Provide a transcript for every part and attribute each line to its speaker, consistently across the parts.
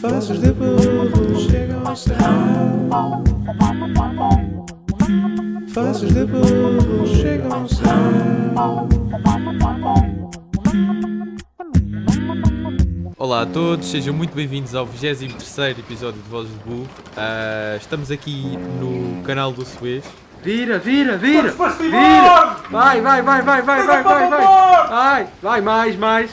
Speaker 1: passos de burro chegam ao céu. Passos de burro chegam ao céu.
Speaker 2: Olá a todos, sejam muito bem-vindos ao 23 episódio de Vozes de Burro. Ah, estamos aqui no canal do Suez.
Speaker 3: Vira, vira, vira! Vira! Vai, vai, vai, vai, vai, vai, vai, vai! Vai, vai, mais, mais!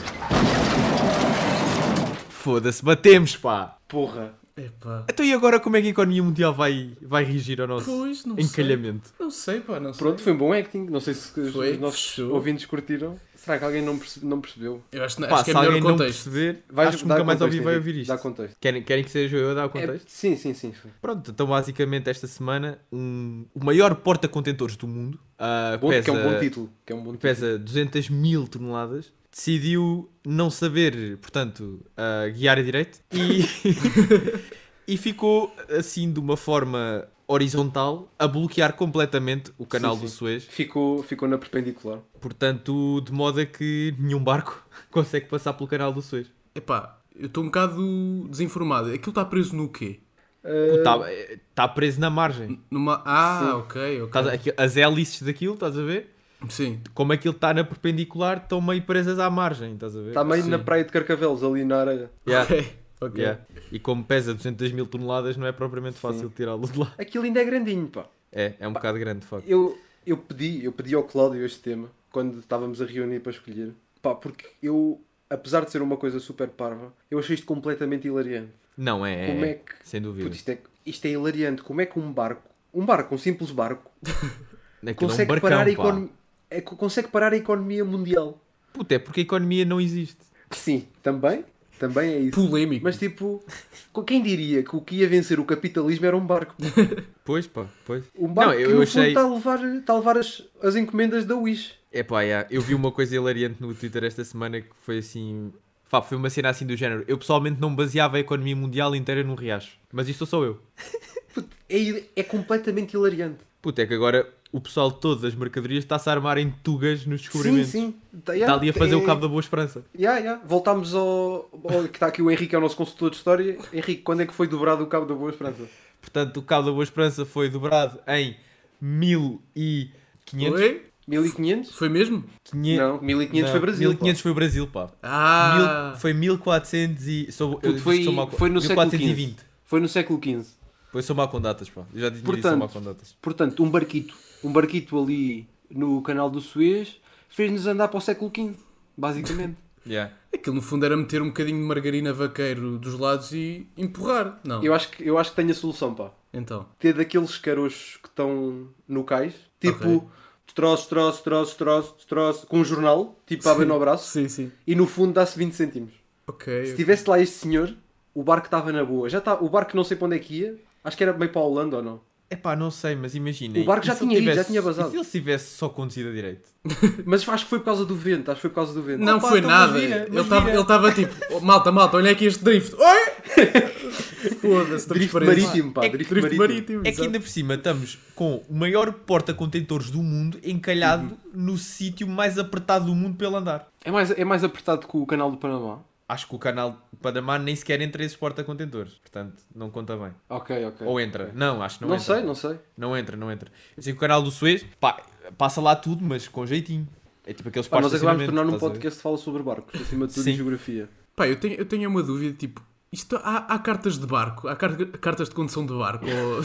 Speaker 2: Foda-se, batemos, pá!
Speaker 3: Porra!
Speaker 1: Epá.
Speaker 2: Então e agora como é que a economia mundial vai, vai reagir ao nosso
Speaker 1: Pois, não
Speaker 2: encalhamento?
Speaker 1: sei. Não sei, pá, não sei.
Speaker 3: Pronto, foi um bom acting. Não sei se os-
Speaker 1: Foi,
Speaker 3: os nossos
Speaker 1: fechou.
Speaker 3: ouvintes curtiram. Será que alguém não, perce- não percebeu?
Speaker 1: Eu acho,
Speaker 2: Pá,
Speaker 1: acho que é
Speaker 2: se
Speaker 1: melhor
Speaker 2: alguém
Speaker 1: o
Speaker 2: não
Speaker 1: contexto.
Speaker 2: perceber, acho que nunca mais
Speaker 3: alguém
Speaker 2: alguém vai ouvir isto.
Speaker 3: Dá contexto.
Speaker 2: Querem, querem que seja eu a dar o
Speaker 3: É,
Speaker 2: contexto?
Speaker 3: sim, sim, sim. Foi.
Speaker 2: Pronto, então basicamente esta semana um- o maior porta-contentores do mundo ah,
Speaker 3: Bom,
Speaker 2: pesa,
Speaker 3: Que é um bom título. Que é um bom título.
Speaker 2: pesa 200 mil toneladas decidiu não saber, portanto, ah, guiar a direito e, e ficou assim de uma forma horizontal a bloquear completamente o canal
Speaker 3: Sim,
Speaker 2: do
Speaker 3: sim.
Speaker 2: Suez,
Speaker 3: Ficou, ficou na perpendicular.
Speaker 2: portanto, de modo a que nenhum barco consegue passar pelo canal do Suez.
Speaker 4: Epá, eu estou um bocado desinformado. Aquilo está preso no quê?
Speaker 3: Ah.
Speaker 2: Está Tá, preso na margem.
Speaker 4: Numa. Ah, ok, ok.
Speaker 2: Tás- aqui- As hélices daquilo, estás a ver?
Speaker 4: Sim.
Speaker 2: Como aquilo está na perpendicular, estão meio presas à margem, estás a ver?
Speaker 3: Está meio
Speaker 4: Sim.
Speaker 3: na praia de Carcavelos, ali na areia.
Speaker 2: Yeah,
Speaker 4: Ok. ok.
Speaker 2: yeah. E como pesa 200 mil toneladas, não é propriamente fácil tirá-lo de lá.
Speaker 3: Aquilo ainda é grandinho, pá.
Speaker 2: É, é um bocado grande, de facto.
Speaker 3: Eu, eu pedi, eu pedi ao Cláudio este tema quando estávamos a reunir para escolher. Pá, porque eu, apesar de ser uma coisa super parva, eu achei isto completamente hilariante.
Speaker 2: Não, é,
Speaker 3: Como
Speaker 2: é,
Speaker 3: é que-
Speaker 2: sem dúvida.
Speaker 3: Puto, isto, é, isto é hilariante. Como é que um barco, um barco, um simples barco,
Speaker 2: Aquilo é um
Speaker 3: consegue,
Speaker 2: barcão,
Speaker 3: parar a
Speaker 2: pá.
Speaker 3: econo- é co- consegue parar a economia mundial?
Speaker 2: Puta, é porque a economia não existe.
Speaker 3: Sim, também, também é isso.
Speaker 4: Polémico.
Speaker 3: Mas tipo, co- quem diria que o que ia vencer o capitalismo era um barco?
Speaker 2: Pois, pá, pois.
Speaker 3: Um barco
Speaker 2: não,
Speaker 3: que
Speaker 2: eu
Speaker 3: no
Speaker 2: achei...
Speaker 3: fundo está a levar, está a levar as, as encomendas da Wish.
Speaker 2: É pá, yeah. eu vi uma coisa hilariante no Twitter esta semana que foi assim... Fá, foi uma cena assim do género. Eu pessoalmente não baseava a economia mundial inteira num riacho. Mas isto sou só eu.
Speaker 3: É, hil- é completamente hilariante.
Speaker 2: Puta, é que agora o pessoal de todas as mercadorias está-se a armar em tugas nos
Speaker 3: Sim,
Speaker 2: descobrimentos.
Speaker 3: sim. Tá, É,
Speaker 2: Está Tá ali a fazer o cabo da Boa Esperança.
Speaker 3: Yeah, yeah. Voltámos ao, ao- que está aqui o Henrique, é o nosso consultor de história. Henrique, quando é que foi dobrado o cabo da Boa Esperança?
Speaker 2: Portanto, o cabo da Boa Esperança foi dobrado em 1500.
Speaker 4: Oi?
Speaker 3: 1500?
Speaker 4: Foi mesmo?
Speaker 2: Quinhe-
Speaker 3: Não, 1500
Speaker 2: Não,
Speaker 3: foi Brasil.
Speaker 2: 1500 foi Brasil, pá.
Speaker 4: Ah!
Speaker 2: Mil- foi 1400 e. Sou, eu
Speaker 3: Puto, foi-
Speaker 2: disse que sou mau com-
Speaker 3: foi no século
Speaker 2: 1420.
Speaker 3: Foi no século XV.
Speaker 2: Foi sou mal com datas, pá. Eu já disse que sou
Speaker 3: Portanto-
Speaker 2: mal com datas.
Speaker 3: Portanto, um barquito, um barquito ali no canal do Suez, fez-nos andar para o século XV, basicamente.
Speaker 2: Yeah.
Speaker 4: Aquilo no fundo era meter um bocadinho de margarina vaqueiro dos lados e empurrar. Não.
Speaker 3: eu, acho que, eu acho que tenho a solução, pá.
Speaker 4: Então.
Speaker 3: Ter daqueles carochos que estão no cais, tipo
Speaker 4: Ok.
Speaker 3: troço, troço, troço, troço, troço, com um jornal, tipo abre no braço,
Speaker 4: Sim, sim.
Speaker 3: e no fundo dá-se 20 cêntimos.
Speaker 4: Ok.
Speaker 3: Se tivesse lá este senhor, o barco estava na boa. Já está, o barco não sei para onde é que ia, acho que era meio para a Holanda ou não.
Speaker 2: É pá, não sei, mas imaginem.
Speaker 3: O barco
Speaker 2: e
Speaker 3: já
Speaker 2: se ele
Speaker 3: tinha ido, já
Speaker 2: tivesse-
Speaker 3: tinha vazado.
Speaker 2: e Se ele tivesse só conduzido a direito.
Speaker 3: Mas acho que foi por causa do vento, acho que foi por causa do vento.
Speaker 4: Não
Speaker 2: Opa,
Speaker 4: foi
Speaker 2: então, mas
Speaker 4: nada.
Speaker 2: vira, mas
Speaker 4: ele estava
Speaker 2: vira.
Speaker 4: ele tava tipo, "Oh, malta, malta, olha aqui este drift. Oi! Foda-se, estamos
Speaker 3: Drift
Speaker 4: presos.
Speaker 3: marítimo, pá,
Speaker 2: É que
Speaker 3: drift,
Speaker 4: Drift
Speaker 3: marítimo.
Speaker 4: marítimo.
Speaker 2: É que
Speaker 4: exato.
Speaker 2: ainda por cima estamos com o maior porta-contentores do mundo encalhado
Speaker 3: Uhum.
Speaker 2: no sítio mais apertado do mundo pelo andar.
Speaker 3: É mais, é mais apertado que o canal do Panamá.
Speaker 2: Acho que o canal de Panamá nem sequer entra esses porta-contentores. Portanto, não conta bem.
Speaker 3: Ok, ok.
Speaker 2: Ou entra. Não, acho que não, é
Speaker 3: Não,
Speaker 2: entra.
Speaker 3: sei, não sei.
Speaker 2: Não entra, não entra. Eu sei que o canal do Suez pá, passa lá tudo, mas com jeitinho. É tipo aqueles
Speaker 3: Pá,
Speaker 2: parques
Speaker 3: nós
Speaker 2: de
Speaker 3: acabámos de tornar
Speaker 2: estacionamento,
Speaker 3: um
Speaker 2: estás a ver?
Speaker 3: podcast que fala sobre barcos, acima de tudo,
Speaker 2: Sim.
Speaker 3: e geografia.
Speaker 4: Pá, eu tenho, eu tenho uma dúvida, tipo, isto há, há cartas de barco, há car- cartas de condução de barco. ou-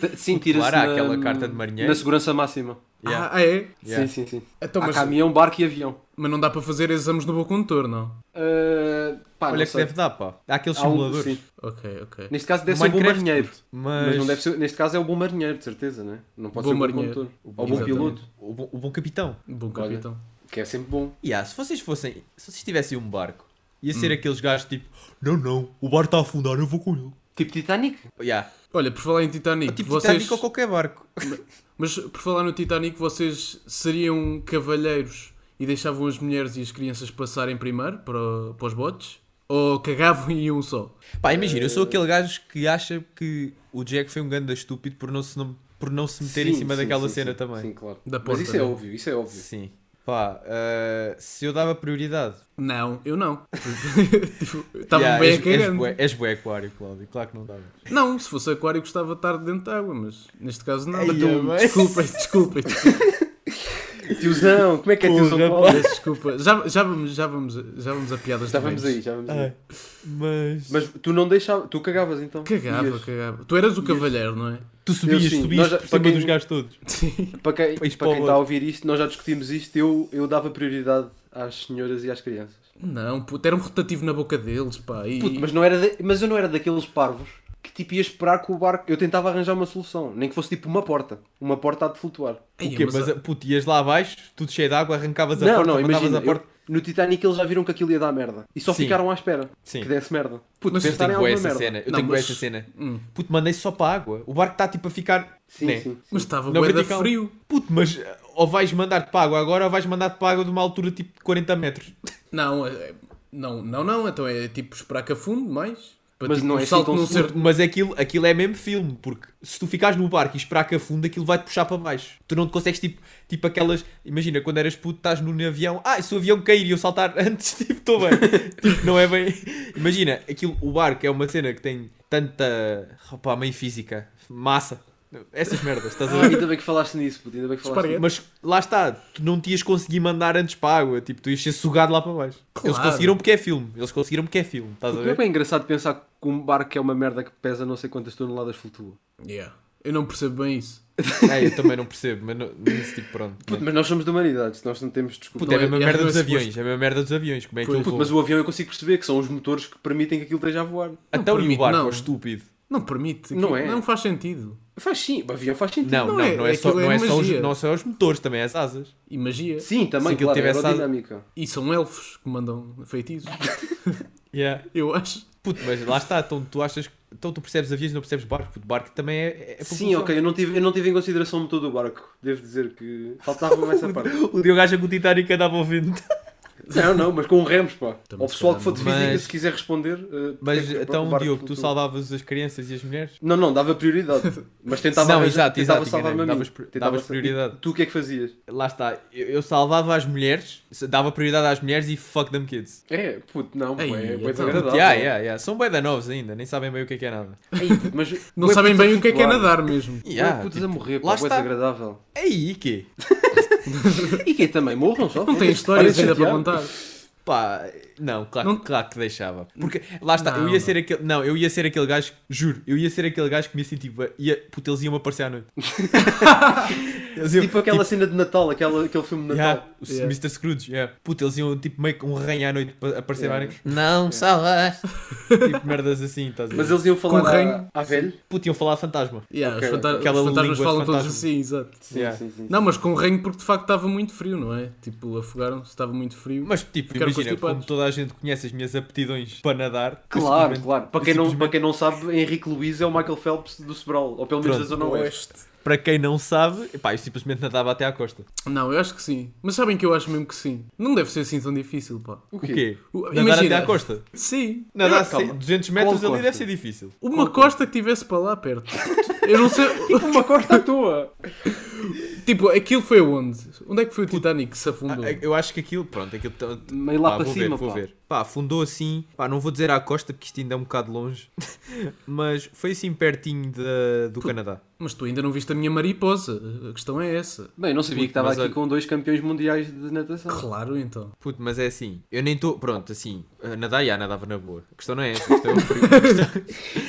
Speaker 3: T- Sim, tira-se
Speaker 2: Claro, há
Speaker 3: na-
Speaker 2: aquela carta de marinheiro.
Speaker 3: Na segurança máxima.
Speaker 2: Yeah.
Speaker 4: ah, ah, é?
Speaker 2: Yeah.
Speaker 3: Sim, sim, sim.
Speaker 4: Então,
Speaker 3: há
Speaker 4: mas,
Speaker 3: caminhão, barco e avião.
Speaker 4: mas não dá para fazer exames no bom condutor, não?
Speaker 3: Uh, pá,
Speaker 2: Olha
Speaker 3: não
Speaker 2: que
Speaker 3: sei.
Speaker 2: deve dar, pá. Há aqueles
Speaker 3: Há um-
Speaker 2: simuladores.
Speaker 3: sim.
Speaker 4: Ok, ok.
Speaker 3: Neste caso deve ser o bom
Speaker 2: Minecraft,
Speaker 3: marinheiro.
Speaker 2: puto,
Speaker 3: Mas...
Speaker 2: Mas,
Speaker 3: não deve ser, neste caso é o bom marinheiro, de certeza, né? Não pode
Speaker 4: Bom
Speaker 3: ser o bom
Speaker 4: marinheiro.
Speaker 3: condutor. Ou o bom
Speaker 4: Exatamente.
Speaker 3: piloto,
Speaker 2: o, bom, o bom capitão.
Speaker 4: Bom
Speaker 3: Olha.
Speaker 4: capitão.
Speaker 3: que é sempre bom.
Speaker 2: E ah, se vocês fossem. Se vocês tivessem um barco, ia
Speaker 3: Hum.
Speaker 2: ser aqueles gajos tipo: Não, não, o barco está a afundar, eu vou com ele.
Speaker 3: Tipo Titanic?
Speaker 2: Yeah.
Speaker 4: Olha, por falar em Titanic,
Speaker 2: Tipo
Speaker 4: vocês...
Speaker 2: Titanic ou qualquer barco.
Speaker 4: Mas por falar no Titanic, vocês seriam cavalheiros e deixavam as mulheres e as crianças passarem primeiro para, o- para os botes? Ou cagavam e iam um só?
Speaker 2: Pá, imagina, eu sou
Speaker 3: Eh,
Speaker 2: aquele gajo que acha que o Jack foi um ganda estúpido por não se, não, por não se meter em
Speaker 3: Sim,
Speaker 2: cima
Speaker 3: sim,
Speaker 2: daquela
Speaker 3: sim,
Speaker 2: cena
Speaker 3: sim.
Speaker 2: também.
Speaker 3: Sim, claro.
Speaker 4: Da
Speaker 3: Mas
Speaker 4: porta,
Speaker 3: isso é
Speaker 4: né?
Speaker 3: óbvio, isso é óbvio.
Speaker 2: Sim. Pá, ah, se eu dava prioridade.
Speaker 4: Não, eu não. tipo, estava
Speaker 2: Yeah,
Speaker 4: bem
Speaker 2: és,
Speaker 4: a
Speaker 2: és,
Speaker 4: cagando.
Speaker 2: bué, és bué aquário, Cláudio. Claro que não dava.
Speaker 4: Não, se fosse aquário gostava de estar dentro de água, mas neste caso não.
Speaker 2: Ei,
Speaker 4: Então,
Speaker 2: mas-
Speaker 4: desculpem, desculpem, desculpem,
Speaker 3: Tiozão, como é que é tiozão?
Speaker 2: Porra,
Speaker 3: Paulo?
Speaker 4: peço desculpa. Já, já, vamos, já, vamos, já vamos a piadas
Speaker 3: Já
Speaker 4: de
Speaker 3: vamos aí,
Speaker 4: velhos.
Speaker 3: já vamos aí.
Speaker 2: Mas...
Speaker 3: Mas tu não deixavas, tu cagavas então?
Speaker 4: Cagava,
Speaker 3: Ias.
Speaker 4: cagava. Tu eras o cavalheiro, não é?
Speaker 2: Tu
Speaker 3: Eu
Speaker 2: subias,
Speaker 3: sim,
Speaker 2: subias
Speaker 3: nós já-
Speaker 2: por
Speaker 3: para
Speaker 2: cima
Speaker 3: quem-
Speaker 2: dos gajos todos.
Speaker 3: Para quem,
Speaker 2: Pois,
Speaker 3: para quem
Speaker 2: Paulo.
Speaker 3: está a ouvir isto, nós já discutimos isto, eu, eu dava prioridade às senhoras e às crianças.
Speaker 4: Não, puto, era um rotativo na boca deles, pá. E...
Speaker 3: Puto, mas, não era da- mas eu não era daqueles parvos que tipo ia esperar que o barco. Eu tentava arranjar uma solução, nem que fosse tipo uma porta. Uma porta há de flutuar.
Speaker 4: Ei,
Speaker 2: o quê? Mas, a- puto, ias lá abaixo, tudo cheio de água, arrancavas a
Speaker 3: não,
Speaker 2: porta,
Speaker 3: não,
Speaker 2: mandavas
Speaker 3: imagina.
Speaker 2: a porta.
Speaker 3: eu- no Titanic eles já viram que aquilo ia dar merda. E só
Speaker 2: Sim.
Speaker 3: ficaram à espera
Speaker 2: Sim.
Speaker 3: que desse merda. Puto, mas
Speaker 4: Mas eu
Speaker 2: Eu
Speaker 3: pensaram em
Speaker 2: tenho bué
Speaker 3: alguma
Speaker 2: essa
Speaker 3: merda.
Speaker 2: cena. Eu
Speaker 4: Não,
Speaker 2: tenho bué
Speaker 4: mas-
Speaker 2: essa cena.
Speaker 4: Hum.
Speaker 2: Puto, mandei só para a água. O barco está tipo a ficar.
Speaker 3: Sim,
Speaker 2: né?
Speaker 3: sim. sim.
Speaker 4: Mas estava
Speaker 2: Na
Speaker 4: bué da
Speaker 2: vertical.
Speaker 4: frio.
Speaker 2: Puto, mas eh, ou vais mandar-te para a água agora ou vais mandar-te para a água de uma altura tipo de 40 metros.
Speaker 4: Não, é- não, não, não. Então é tipo esperar que afunde mais. Para,
Speaker 3: Mas
Speaker 4: tipo,
Speaker 3: não
Speaker 4: um
Speaker 3: é assim
Speaker 4: salto
Speaker 3: tão
Speaker 4: não ser...
Speaker 2: Puto, mas aquilo, aquilo é mesmo filme, porque se tu ficares no barco e esperar que afunde, aquilo vai-te puxar para baixo. Tu não te consegues tipo, tipo aquelas. Imagina, quando eras puto, estás no avião, ah, se o avião cair e eu saltar antes, tipo, estou bem. tipo, não é bem. Imagina, aquilo, o barco é uma cena que tem tanta. Opa, meio física, massa. Essas merdas, estás a
Speaker 3: Ah,
Speaker 2: ver?
Speaker 3: ainda bem que falaste nisso, puto, ainda bem que falaste
Speaker 4: Esparguete.
Speaker 2: Mas lá está, tu não te ias conseguir mandar antes para a água, tipo, tu ias ser sugado lá para baixo. Eles
Speaker 4: Claro.
Speaker 2: conseguiram porque é filme, eles conseguiram porque é filme, estás a
Speaker 3: Porque é
Speaker 2: ver?
Speaker 3: bem engraçado pensar que um barco que é uma merda que pesa não sei quantas toneladas flutua.
Speaker 4: Yeah. Eu não percebo bem isso.
Speaker 2: Ah, eu também não percebo, mas não, nesse tipo, pronto.
Speaker 3: Puto, mas nós somos de humanidade, se nós não temos desculpa.
Speaker 2: Puta, é a mesma
Speaker 4: é- é
Speaker 2: merda dos
Speaker 4: suposto.
Speaker 2: aviões, é a mesma merda dos aviões, como é que
Speaker 4: Pois.
Speaker 2: ele
Speaker 3: Puto, mas o avião eu consigo perceber que são os motores que permitem que aquilo esteja a voar.
Speaker 2: Então e
Speaker 4: permite,
Speaker 2: o barco,
Speaker 4: não.
Speaker 2: ó, estúpido.
Speaker 4: Não permite.
Speaker 3: Não
Speaker 4: aquilo
Speaker 3: é.
Speaker 4: Não faz sentido.
Speaker 3: Faz sim, o avião faz sentido.
Speaker 2: Não,
Speaker 4: Não
Speaker 2: não,
Speaker 4: é,
Speaker 2: não, é, só,
Speaker 4: aquilo é
Speaker 2: não, é só os,
Speaker 4: magia.
Speaker 2: não são os motores, também é as asas.
Speaker 4: E magia.
Speaker 3: Sim,
Speaker 2: Se
Speaker 3: também,
Speaker 2: aquilo
Speaker 3: claro,
Speaker 2: tivesse
Speaker 3: tivesse
Speaker 2: dado-
Speaker 3: aerodinâmica.
Speaker 4: E são elfos que mandam feitiços.
Speaker 2: Yeah.
Speaker 4: eu acho.
Speaker 2: Puto, mas lá está, então tu achas que- Então tu percebes aviões e não percebes barco, puto, barco também é, é- é
Speaker 3: Sim,
Speaker 2: propulsão.
Speaker 3: ok, eu não, tive, eu não tive em consideração o motor do barco. Devo dizer que faltava-me essa parte.
Speaker 2: O Diogo acha que um o Titanic andava ao vento.
Speaker 3: Não, não, mas com remos, pá.
Speaker 4: Também
Speaker 3: Ao pessoal
Speaker 4: se
Speaker 3: que for de
Speaker 2: calhar não.
Speaker 3: física,
Speaker 2: Mas-
Speaker 3: se quiser responder. eh,
Speaker 2: Mas
Speaker 3: porque é que o
Speaker 2: então,
Speaker 3: barco
Speaker 2: Diogo, tu
Speaker 3: flutua.
Speaker 2: salvavas as crianças e as mulheres?
Speaker 3: Não, não, dava prioridade. Mas tentava,
Speaker 2: Não,
Speaker 3: arranjar-
Speaker 2: exato,
Speaker 3: tentava
Speaker 2: exato,
Speaker 3: salvar-me a
Speaker 2: enganei-me.
Speaker 3: mim.
Speaker 2: Davas pri-
Speaker 3: Tentava
Speaker 2: davas
Speaker 3: sa-
Speaker 2: prioridade.
Speaker 3: E Tu o que é que fazias?
Speaker 2: lá está, eu, eu salvava as mulheres, se- dava prioridade às mulheres e fuck them kids.
Speaker 3: É, puto, não,
Speaker 4: Ei,
Speaker 3: pô, é, é
Speaker 4: então.
Speaker 3: desagradável.
Speaker 2: Yeah, yeah, yeah. São bué da novos ainda, nem sabem bem o que é que é nada.
Speaker 3: Ei, puto, mas-
Speaker 4: Não
Speaker 3: Ué,
Speaker 4: sabem
Speaker 3: putos a
Speaker 4: bem o que é que é
Speaker 3: flutuar.
Speaker 4: nadar mesmo.
Speaker 2: Yeah,
Speaker 3: Ué, putos
Speaker 2: tipo,
Speaker 3: a morrer, pá,
Speaker 2: lá
Speaker 3: ué,
Speaker 2: está.
Speaker 3: desagradável.
Speaker 2: Aí, é. quê?
Speaker 3: E que também morram só.
Speaker 4: Não tem histórias ainda para contar.
Speaker 2: Pá, não, claro,
Speaker 4: Não-
Speaker 2: claro que deixava. Porque lá está,
Speaker 4: Não,
Speaker 2: eu
Speaker 4: não.
Speaker 2: ia ser aquele. Não, eu ia ser aquele gajo, juro, eu ia ser aquele gajo que me sentia. bué- Ia, puto, eles iam aparecer à noite. eles iam,
Speaker 3: Tipo aquela cena de Natal, aquela, aquele filme de Natal.
Speaker 2: Yeah, o
Speaker 4: Yeah.
Speaker 2: Mr. Scrooge, yeah. Puta, eles iam tipo meio com um ranho à noite para aparecer
Speaker 3: Yeah.
Speaker 2: yeah. Não, salvaste. tipo merdas assim, estás a ver?
Speaker 3: Mas eles iam
Speaker 4: Com
Speaker 3: falar
Speaker 4: reino.
Speaker 3: à, à velha.
Speaker 2: Puta, iam falar fantasma.
Speaker 4: Yeah,
Speaker 3: Ok,
Speaker 4: os, fanta-
Speaker 2: aquela
Speaker 4: os fantasmas
Speaker 2: língua de
Speaker 4: falam todos
Speaker 2: fantasma.
Speaker 4: assim, exato.
Speaker 3: Sim,
Speaker 2: Yeah.
Speaker 3: sim, sim.
Speaker 4: Não, mas com rengo porque de facto estava muito frio, não é? Tipo, afogaram-se, estava muito frio.
Speaker 2: Mas tipo,
Speaker 4: Ficaram
Speaker 2: imagina,
Speaker 4: constipados.
Speaker 2: como toda a gente conhece as minhas aptidões para nadar. eu
Speaker 3: Claro,
Speaker 2: simplesmente-
Speaker 3: claro. Para quem, não, para quem não sabe, Henrique Luiz é o Michael Phelps do Sobral, ou pelo menos é.
Speaker 2: Pronto.
Speaker 3: da Zona Oeste.
Speaker 2: Para quem não sabe, pá, eu simplesmente nadava até à costa.
Speaker 4: Não, eu acho que sim. Mas sabem que eu acho mesmo que sim. Não deve ser assim tão difícil, pá.
Speaker 3: O
Speaker 2: O quê?
Speaker 4: O-
Speaker 2: Nadar
Speaker 4: imagina.
Speaker 2: até à costa.
Speaker 4: Sim.
Speaker 2: Nadar
Speaker 3: Eu- Ah, calma.
Speaker 2: cem- 200 metros
Speaker 3: Qual
Speaker 2: ali deve
Speaker 3: costa?
Speaker 2: ser difícil.
Speaker 4: Uma costa que tivesse para lá perto. Eu não sei.
Speaker 3: Uma costa à toa.
Speaker 4: tipo, aquilo foi onde? Onde é que foi o Titanic que se afundou?
Speaker 2: Ah, Eu acho que aquilo, pronto, aquilo. tá-
Speaker 3: Meio lá
Speaker 2: Pá,
Speaker 3: para
Speaker 2: vou
Speaker 3: cima,
Speaker 2: ver, vou
Speaker 3: pá.
Speaker 2: ver. Pá, afundou assim, pá, não vou dizer à costa porque isto ainda é um bocado longe, mas foi assim pertinho da- do Canadá.
Speaker 4: Mas tu ainda não viste a minha mariposa. A questão é essa.
Speaker 3: Bem, não sabia que estava
Speaker 2: Mas
Speaker 3: aqui
Speaker 2: olha-
Speaker 3: com dois campeões mundiais de natação.
Speaker 4: Claro, então.
Speaker 2: Puto, mas é assim, eu nem estou, pronto, assim, a nadar, já nadava na boa. A questão não é essa, a questão é o frio. A questão-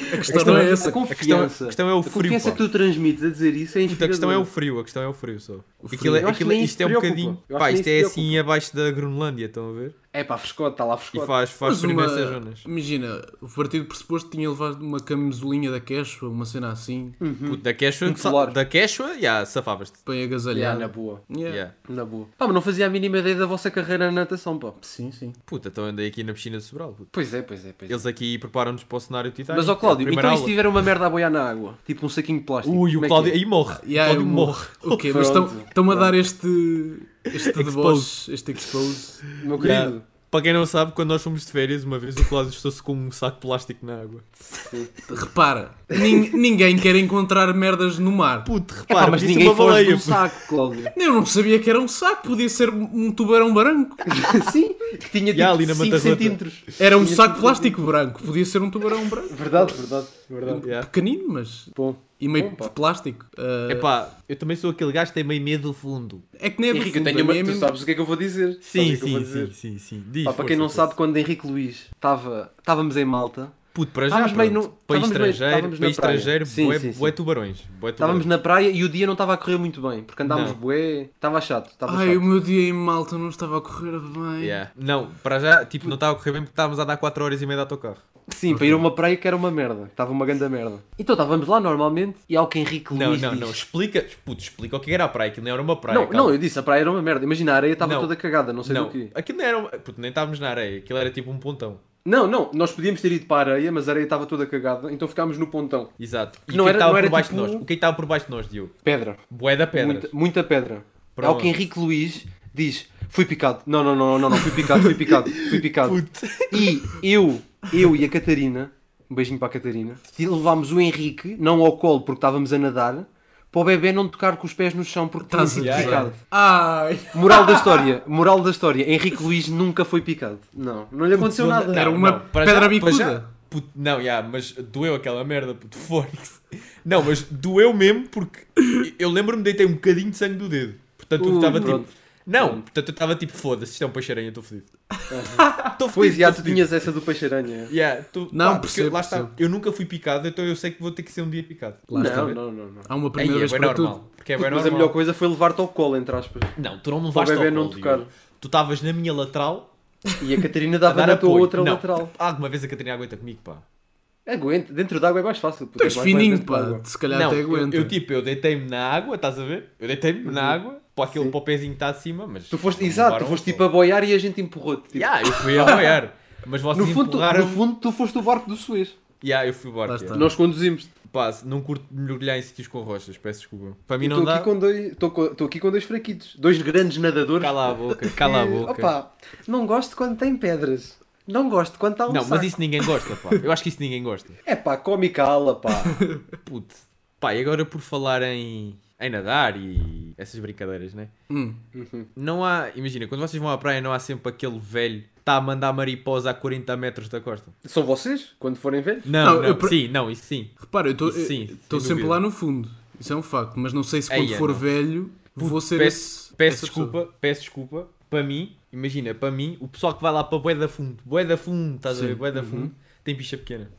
Speaker 4: A questão não é essa.
Speaker 3: A confiança.
Speaker 2: questão- a questão é o
Speaker 3: A
Speaker 2: frio,
Speaker 3: confiança
Speaker 2: pá.
Speaker 3: que tu transmites a dizer isso é
Speaker 2: Puto, a questão é o
Speaker 3: inspirador.
Speaker 2: frio, a questão é o frio só.
Speaker 4: frio.
Speaker 2: Aquilo, é-
Speaker 3: Eu acho
Speaker 2: aquilo-
Speaker 3: que nem
Speaker 2: isto é
Speaker 3: isso
Speaker 2: um
Speaker 3: preocupa.
Speaker 2: bocadinho,
Speaker 3: Eu acho
Speaker 2: pá,
Speaker 3: que nem
Speaker 2: isto
Speaker 3: isso
Speaker 2: é assim abaixo da Groenlândia, estão a ver?
Speaker 3: É pá, frescote, está lá
Speaker 2: E
Speaker 3: frescote.
Speaker 2: faz, faz
Speaker 4: Mas
Speaker 2: frio
Speaker 4: uma-
Speaker 2: nessas zonas.
Speaker 4: Imagina, o partido pressuposto tinha levado uma camisolinha da Quechua, uma cena assim,
Speaker 2: Puto, da Quechua,
Speaker 3: Um
Speaker 2: que sa-
Speaker 3: colar.
Speaker 2: da Quechua, já, safavas-te.
Speaker 4: bem
Speaker 3: Yeah,
Speaker 4: agasalhada.
Speaker 3: na boa.
Speaker 4: Yeah.
Speaker 2: Yeah.
Speaker 3: Na boa. Pá, mas não fazia a mínima ideia da vossa carreira na natação, pá.
Speaker 4: Sim, sim.
Speaker 2: Puta, então andei aqui na piscina de Sobral, puto.
Speaker 3: Pois é, pois é, pois é.
Speaker 2: Eles aqui preparam-nos para o cenário Titanic. é
Speaker 3: Mas, ó Cláudio,
Speaker 2: A
Speaker 3: então
Speaker 2: tá primeira
Speaker 3: e se
Speaker 2: aula-
Speaker 3: tiver uma merda a boiar na água? Tipo um saquinho de plástico.
Speaker 2: Ui,
Speaker 3: Como
Speaker 2: o
Speaker 3: é que
Speaker 2: Cláudio.
Speaker 3: é?
Speaker 2: Aí morre.
Speaker 4: Yeah,
Speaker 2: o Cláudio
Speaker 4: eu
Speaker 2: morre.
Speaker 4: Ok, mas
Speaker 3: Pronto.
Speaker 4: estão-me a dar este, este deboche, este expose.
Speaker 3: Meu
Speaker 2: Yeah.
Speaker 3: querido,
Speaker 2: Para quem não sabe, quando nós fomos de férias, uma vez o Cláudio estou-se com um saco de plástico na água.
Speaker 4: Repara, nin- ninguém quer encontrar merdas no mar.
Speaker 2: Puto, repara,
Speaker 5: Pá, mas
Speaker 2: isso é
Speaker 5: ninguém
Speaker 2: uma
Speaker 5: foge de
Speaker 2: baleia.
Speaker 5: um
Speaker 2: puto.
Speaker 5: saco, Cláudio.
Speaker 4: Eu não sabia que era um saco, podia ser um tubarão branco.
Speaker 3: Sim, que tinha
Speaker 2: E há ali na
Speaker 3: tipo 5
Speaker 2: matarrota.
Speaker 3: centímetros.
Speaker 4: Era um saco de plástico branco, podia ser um tubarão branco.
Speaker 3: Verdade, verdade, verdade.
Speaker 2: Yeah.
Speaker 4: Pequenino, mas.
Speaker 3: Bom,
Speaker 4: E meio de plástico. Ah,
Speaker 2: Epá, eu também sou aquele gajo que tem meio medo do fundo.
Speaker 4: é que nem é do
Speaker 3: Henrique, eu
Speaker 4: fundo,
Speaker 3: tenho
Speaker 4: a
Speaker 3: uma...
Speaker 4: minha é
Speaker 3: tu
Speaker 4: mesmo-
Speaker 3: sabes o que é que eu vou dizer.
Speaker 2: Sim,
Speaker 3: Sabes o que eu vou
Speaker 2: sim,
Speaker 3: dizer.
Speaker 2: sim, sim, sim. Diz,
Speaker 3: Pá, para quem
Speaker 2: força,
Speaker 3: não
Speaker 2: força.
Speaker 3: sabe, quando Henrique Luís estava. Estávamos em Malta,
Speaker 2: Puto, para já,
Speaker 3: Estávamos meio
Speaker 2: pronto.
Speaker 3: no-
Speaker 2: País
Speaker 3: estávamos meio-
Speaker 2: estrangeiro,
Speaker 3: estávamos na
Speaker 2: país
Speaker 3: praia.
Speaker 2: estrangeiro,
Speaker 3: Sim,
Speaker 2: bué,
Speaker 3: sim, sim.
Speaker 2: bué tubarões. Bué tubarões.
Speaker 3: estávamos na praia e o dia não estava a correr muito bem, porque andámos
Speaker 2: Não.
Speaker 3: bué, estava chato, estava
Speaker 4: Ai,
Speaker 3: chato.
Speaker 4: o meu dia em Malta não estava a correr bem.
Speaker 2: Yeah. Não, para já, tipo, não estava a correr bem porque estávamos a dar 4 horas e meia de autocarro.
Speaker 3: Sim, para ir a uma praia que era uma merda, estava uma grande merda. Então estávamos lá normalmente e há o que Henrique
Speaker 2: Não,
Speaker 3: Luís
Speaker 2: não,
Speaker 3: diz.
Speaker 2: não, explica, puto, explica o que era a praia, aquilo não era uma praia.
Speaker 3: Não,
Speaker 2: calma.
Speaker 3: não, eu disse, a praia era uma merda. Imagina, a areia estava
Speaker 2: Não.
Speaker 3: toda cagada, não sei
Speaker 2: não,
Speaker 3: do quê.
Speaker 2: aquilo não era, uma- puto, nem estávamos na areia, aquilo era tipo um pontão.
Speaker 3: Não, não, nós podíamos ter ido para a areia, mas a areia estava toda cagada, então ficámos no pontão.
Speaker 2: Exato. E
Speaker 3: Não
Speaker 2: o que é que
Speaker 3: era-
Speaker 2: estava
Speaker 3: não era
Speaker 2: por baixo
Speaker 3: tipo
Speaker 2: de nós?
Speaker 3: um-
Speaker 2: O que é que estava por baixo de nós, Diogo?
Speaker 3: Pedra.
Speaker 2: Bué da pedra.
Speaker 3: Muita, muita pedra.
Speaker 2: Para
Speaker 3: Ao que
Speaker 2: onde?
Speaker 3: Henrique Luís diz, fui picado. Não, não, não, não, não, fui picado, fui picado, fui picado. E eu, eu e a Catarina, um beijinho para a Catarina, levámos o Henrique, não ao colo porque estávamos a nadar, para o bebê não tocar com os pés no chão porque tinha
Speaker 4: Estás
Speaker 3: sido
Speaker 4: a gozar.
Speaker 3: picado.
Speaker 4: Ai,
Speaker 3: Moral da história, moral da história, Henrique Luís nunca foi picado. Não, não lhe aconteceu
Speaker 2: Não,
Speaker 3: nada.
Speaker 2: não,
Speaker 4: Era uma
Speaker 2: não, para
Speaker 4: pedra
Speaker 2: já- para
Speaker 4: bicuda.
Speaker 2: já, puto, não, já, mas doeu aquela merda, puto, fónix. Não, mas doeu mesmo porque eu lembro-me de ter um bocadinho de sangue do dedo. Portanto, eu
Speaker 3: Ui,
Speaker 2: estava
Speaker 3: pronto.
Speaker 2: tipo. Não, portanto, eu estava tipo, foda-se, isto é um peixaranha, estou fodido. Estou fodido. estou
Speaker 3: Pois, já tu
Speaker 4: tipo-
Speaker 2: fodido.
Speaker 3: tinhas essa do peixe-aranha.
Speaker 2: Yeah, tô-
Speaker 4: Não,
Speaker 2: pá, porque
Speaker 4: percebo,
Speaker 2: lá está.
Speaker 4: percebo.
Speaker 2: Eu nunca fui picado, então eu sei que vou ter que ser um dia picado.
Speaker 4: Lá está.
Speaker 3: não, não, não, não.
Speaker 4: Há uma
Speaker 2: Aí
Speaker 4: primeira
Speaker 2: é
Speaker 4: vez
Speaker 2: bem
Speaker 4: para
Speaker 2: normal.
Speaker 4: tudo.
Speaker 2: Porque é bem
Speaker 3: Mas
Speaker 2: normal.
Speaker 3: a melhor coisa foi levar-te ao colo, entre aspas.
Speaker 2: Não, tu não me
Speaker 3: Para o
Speaker 2: levaste ao
Speaker 3: bebê não
Speaker 2: colo,
Speaker 3: tocar.
Speaker 2: Diogo. Tu estavas na minha lateral
Speaker 3: E a Catarina
Speaker 2: a
Speaker 3: dava
Speaker 2: dar
Speaker 3: na tua
Speaker 2: apoio.
Speaker 3: outra
Speaker 2: não,
Speaker 3: lateral.
Speaker 2: Alguma vez a Catarina aguenta comigo, pá.
Speaker 3: Aguenta, dentro d'água é mais fácil.
Speaker 4: Tu és fininho, pá.
Speaker 3: pá.
Speaker 4: Se calhar
Speaker 2: não,
Speaker 4: até
Speaker 2: eu-
Speaker 4: aguenta.
Speaker 2: Eu, tipo, eu deitei-me na água, estás a ver? Eu deitei-me na água, para aquele para o pezinho que está acima, mas...
Speaker 3: Uhum. Tu foste,
Speaker 2: não me
Speaker 3: exato, tu
Speaker 2: levaram
Speaker 3: foste
Speaker 2: ao
Speaker 3: tipo a
Speaker 2: colo.
Speaker 3: boiar e a gente empurrou-te. tipo.
Speaker 2: Yeah, um- eu fui a boiar. Mas
Speaker 3: No
Speaker 2: vocês
Speaker 3: fundo, tu,
Speaker 2: empurraram...
Speaker 3: no fundo, tu foste o barco do Suez.
Speaker 2: Yeah, eu fui
Speaker 4: Lá
Speaker 2: embora.
Speaker 4: está.
Speaker 2: Yeah.
Speaker 3: Nós conduzimos.
Speaker 2: Pá, não curto mergulhar em sítios com rochas, peço desculpa. Para mim não
Speaker 3: Estou
Speaker 2: dá...
Speaker 3: aqui, com dois- tô co- tô aqui com dois fraquitos. Dois grandes nadadores.
Speaker 2: Cala a boca, cala a
Speaker 3: que-
Speaker 2: boca.
Speaker 3: Opa, não gosto quando tem pedras. Não gosto quando está um
Speaker 2: não,
Speaker 3: saco.
Speaker 2: mas isso ninguém gosta, pá. Eu acho que isso ninguém gosta.
Speaker 3: É pá, come e cala, pá.
Speaker 2: Puto. Pá, e agora por falar em, em nadar e essas brincadeiras, né?
Speaker 4: Hum.
Speaker 2: Não há. Imagina, quando vocês vão à praia, não há sempre aquele velho que está a mandar mariposa a 40 metros da costa.
Speaker 3: São vocês, quando forem velhos?
Speaker 2: Não,
Speaker 4: Não,
Speaker 2: não,
Speaker 4: eu pre-
Speaker 2: sim, não, isso sim.
Speaker 4: Repara, eu estou
Speaker 2: Isso sim, sem
Speaker 4: sempre
Speaker 2: dúvida.
Speaker 4: lá no fundo. Isso é um facto. Mas não sei se quando
Speaker 2: Eia,
Speaker 4: for
Speaker 2: não.
Speaker 4: velho vou ser
Speaker 2: peço,
Speaker 4: esse.
Speaker 2: peço
Speaker 4: essa
Speaker 2: desculpa,
Speaker 4: pessoa.
Speaker 2: peço desculpa. Para mim, imagina, para mim, o pessoal que vai lá para bué da fundo, bué da fundo, estás a ver,
Speaker 4: Sim,
Speaker 2: bué da fundo, tem picha pequena.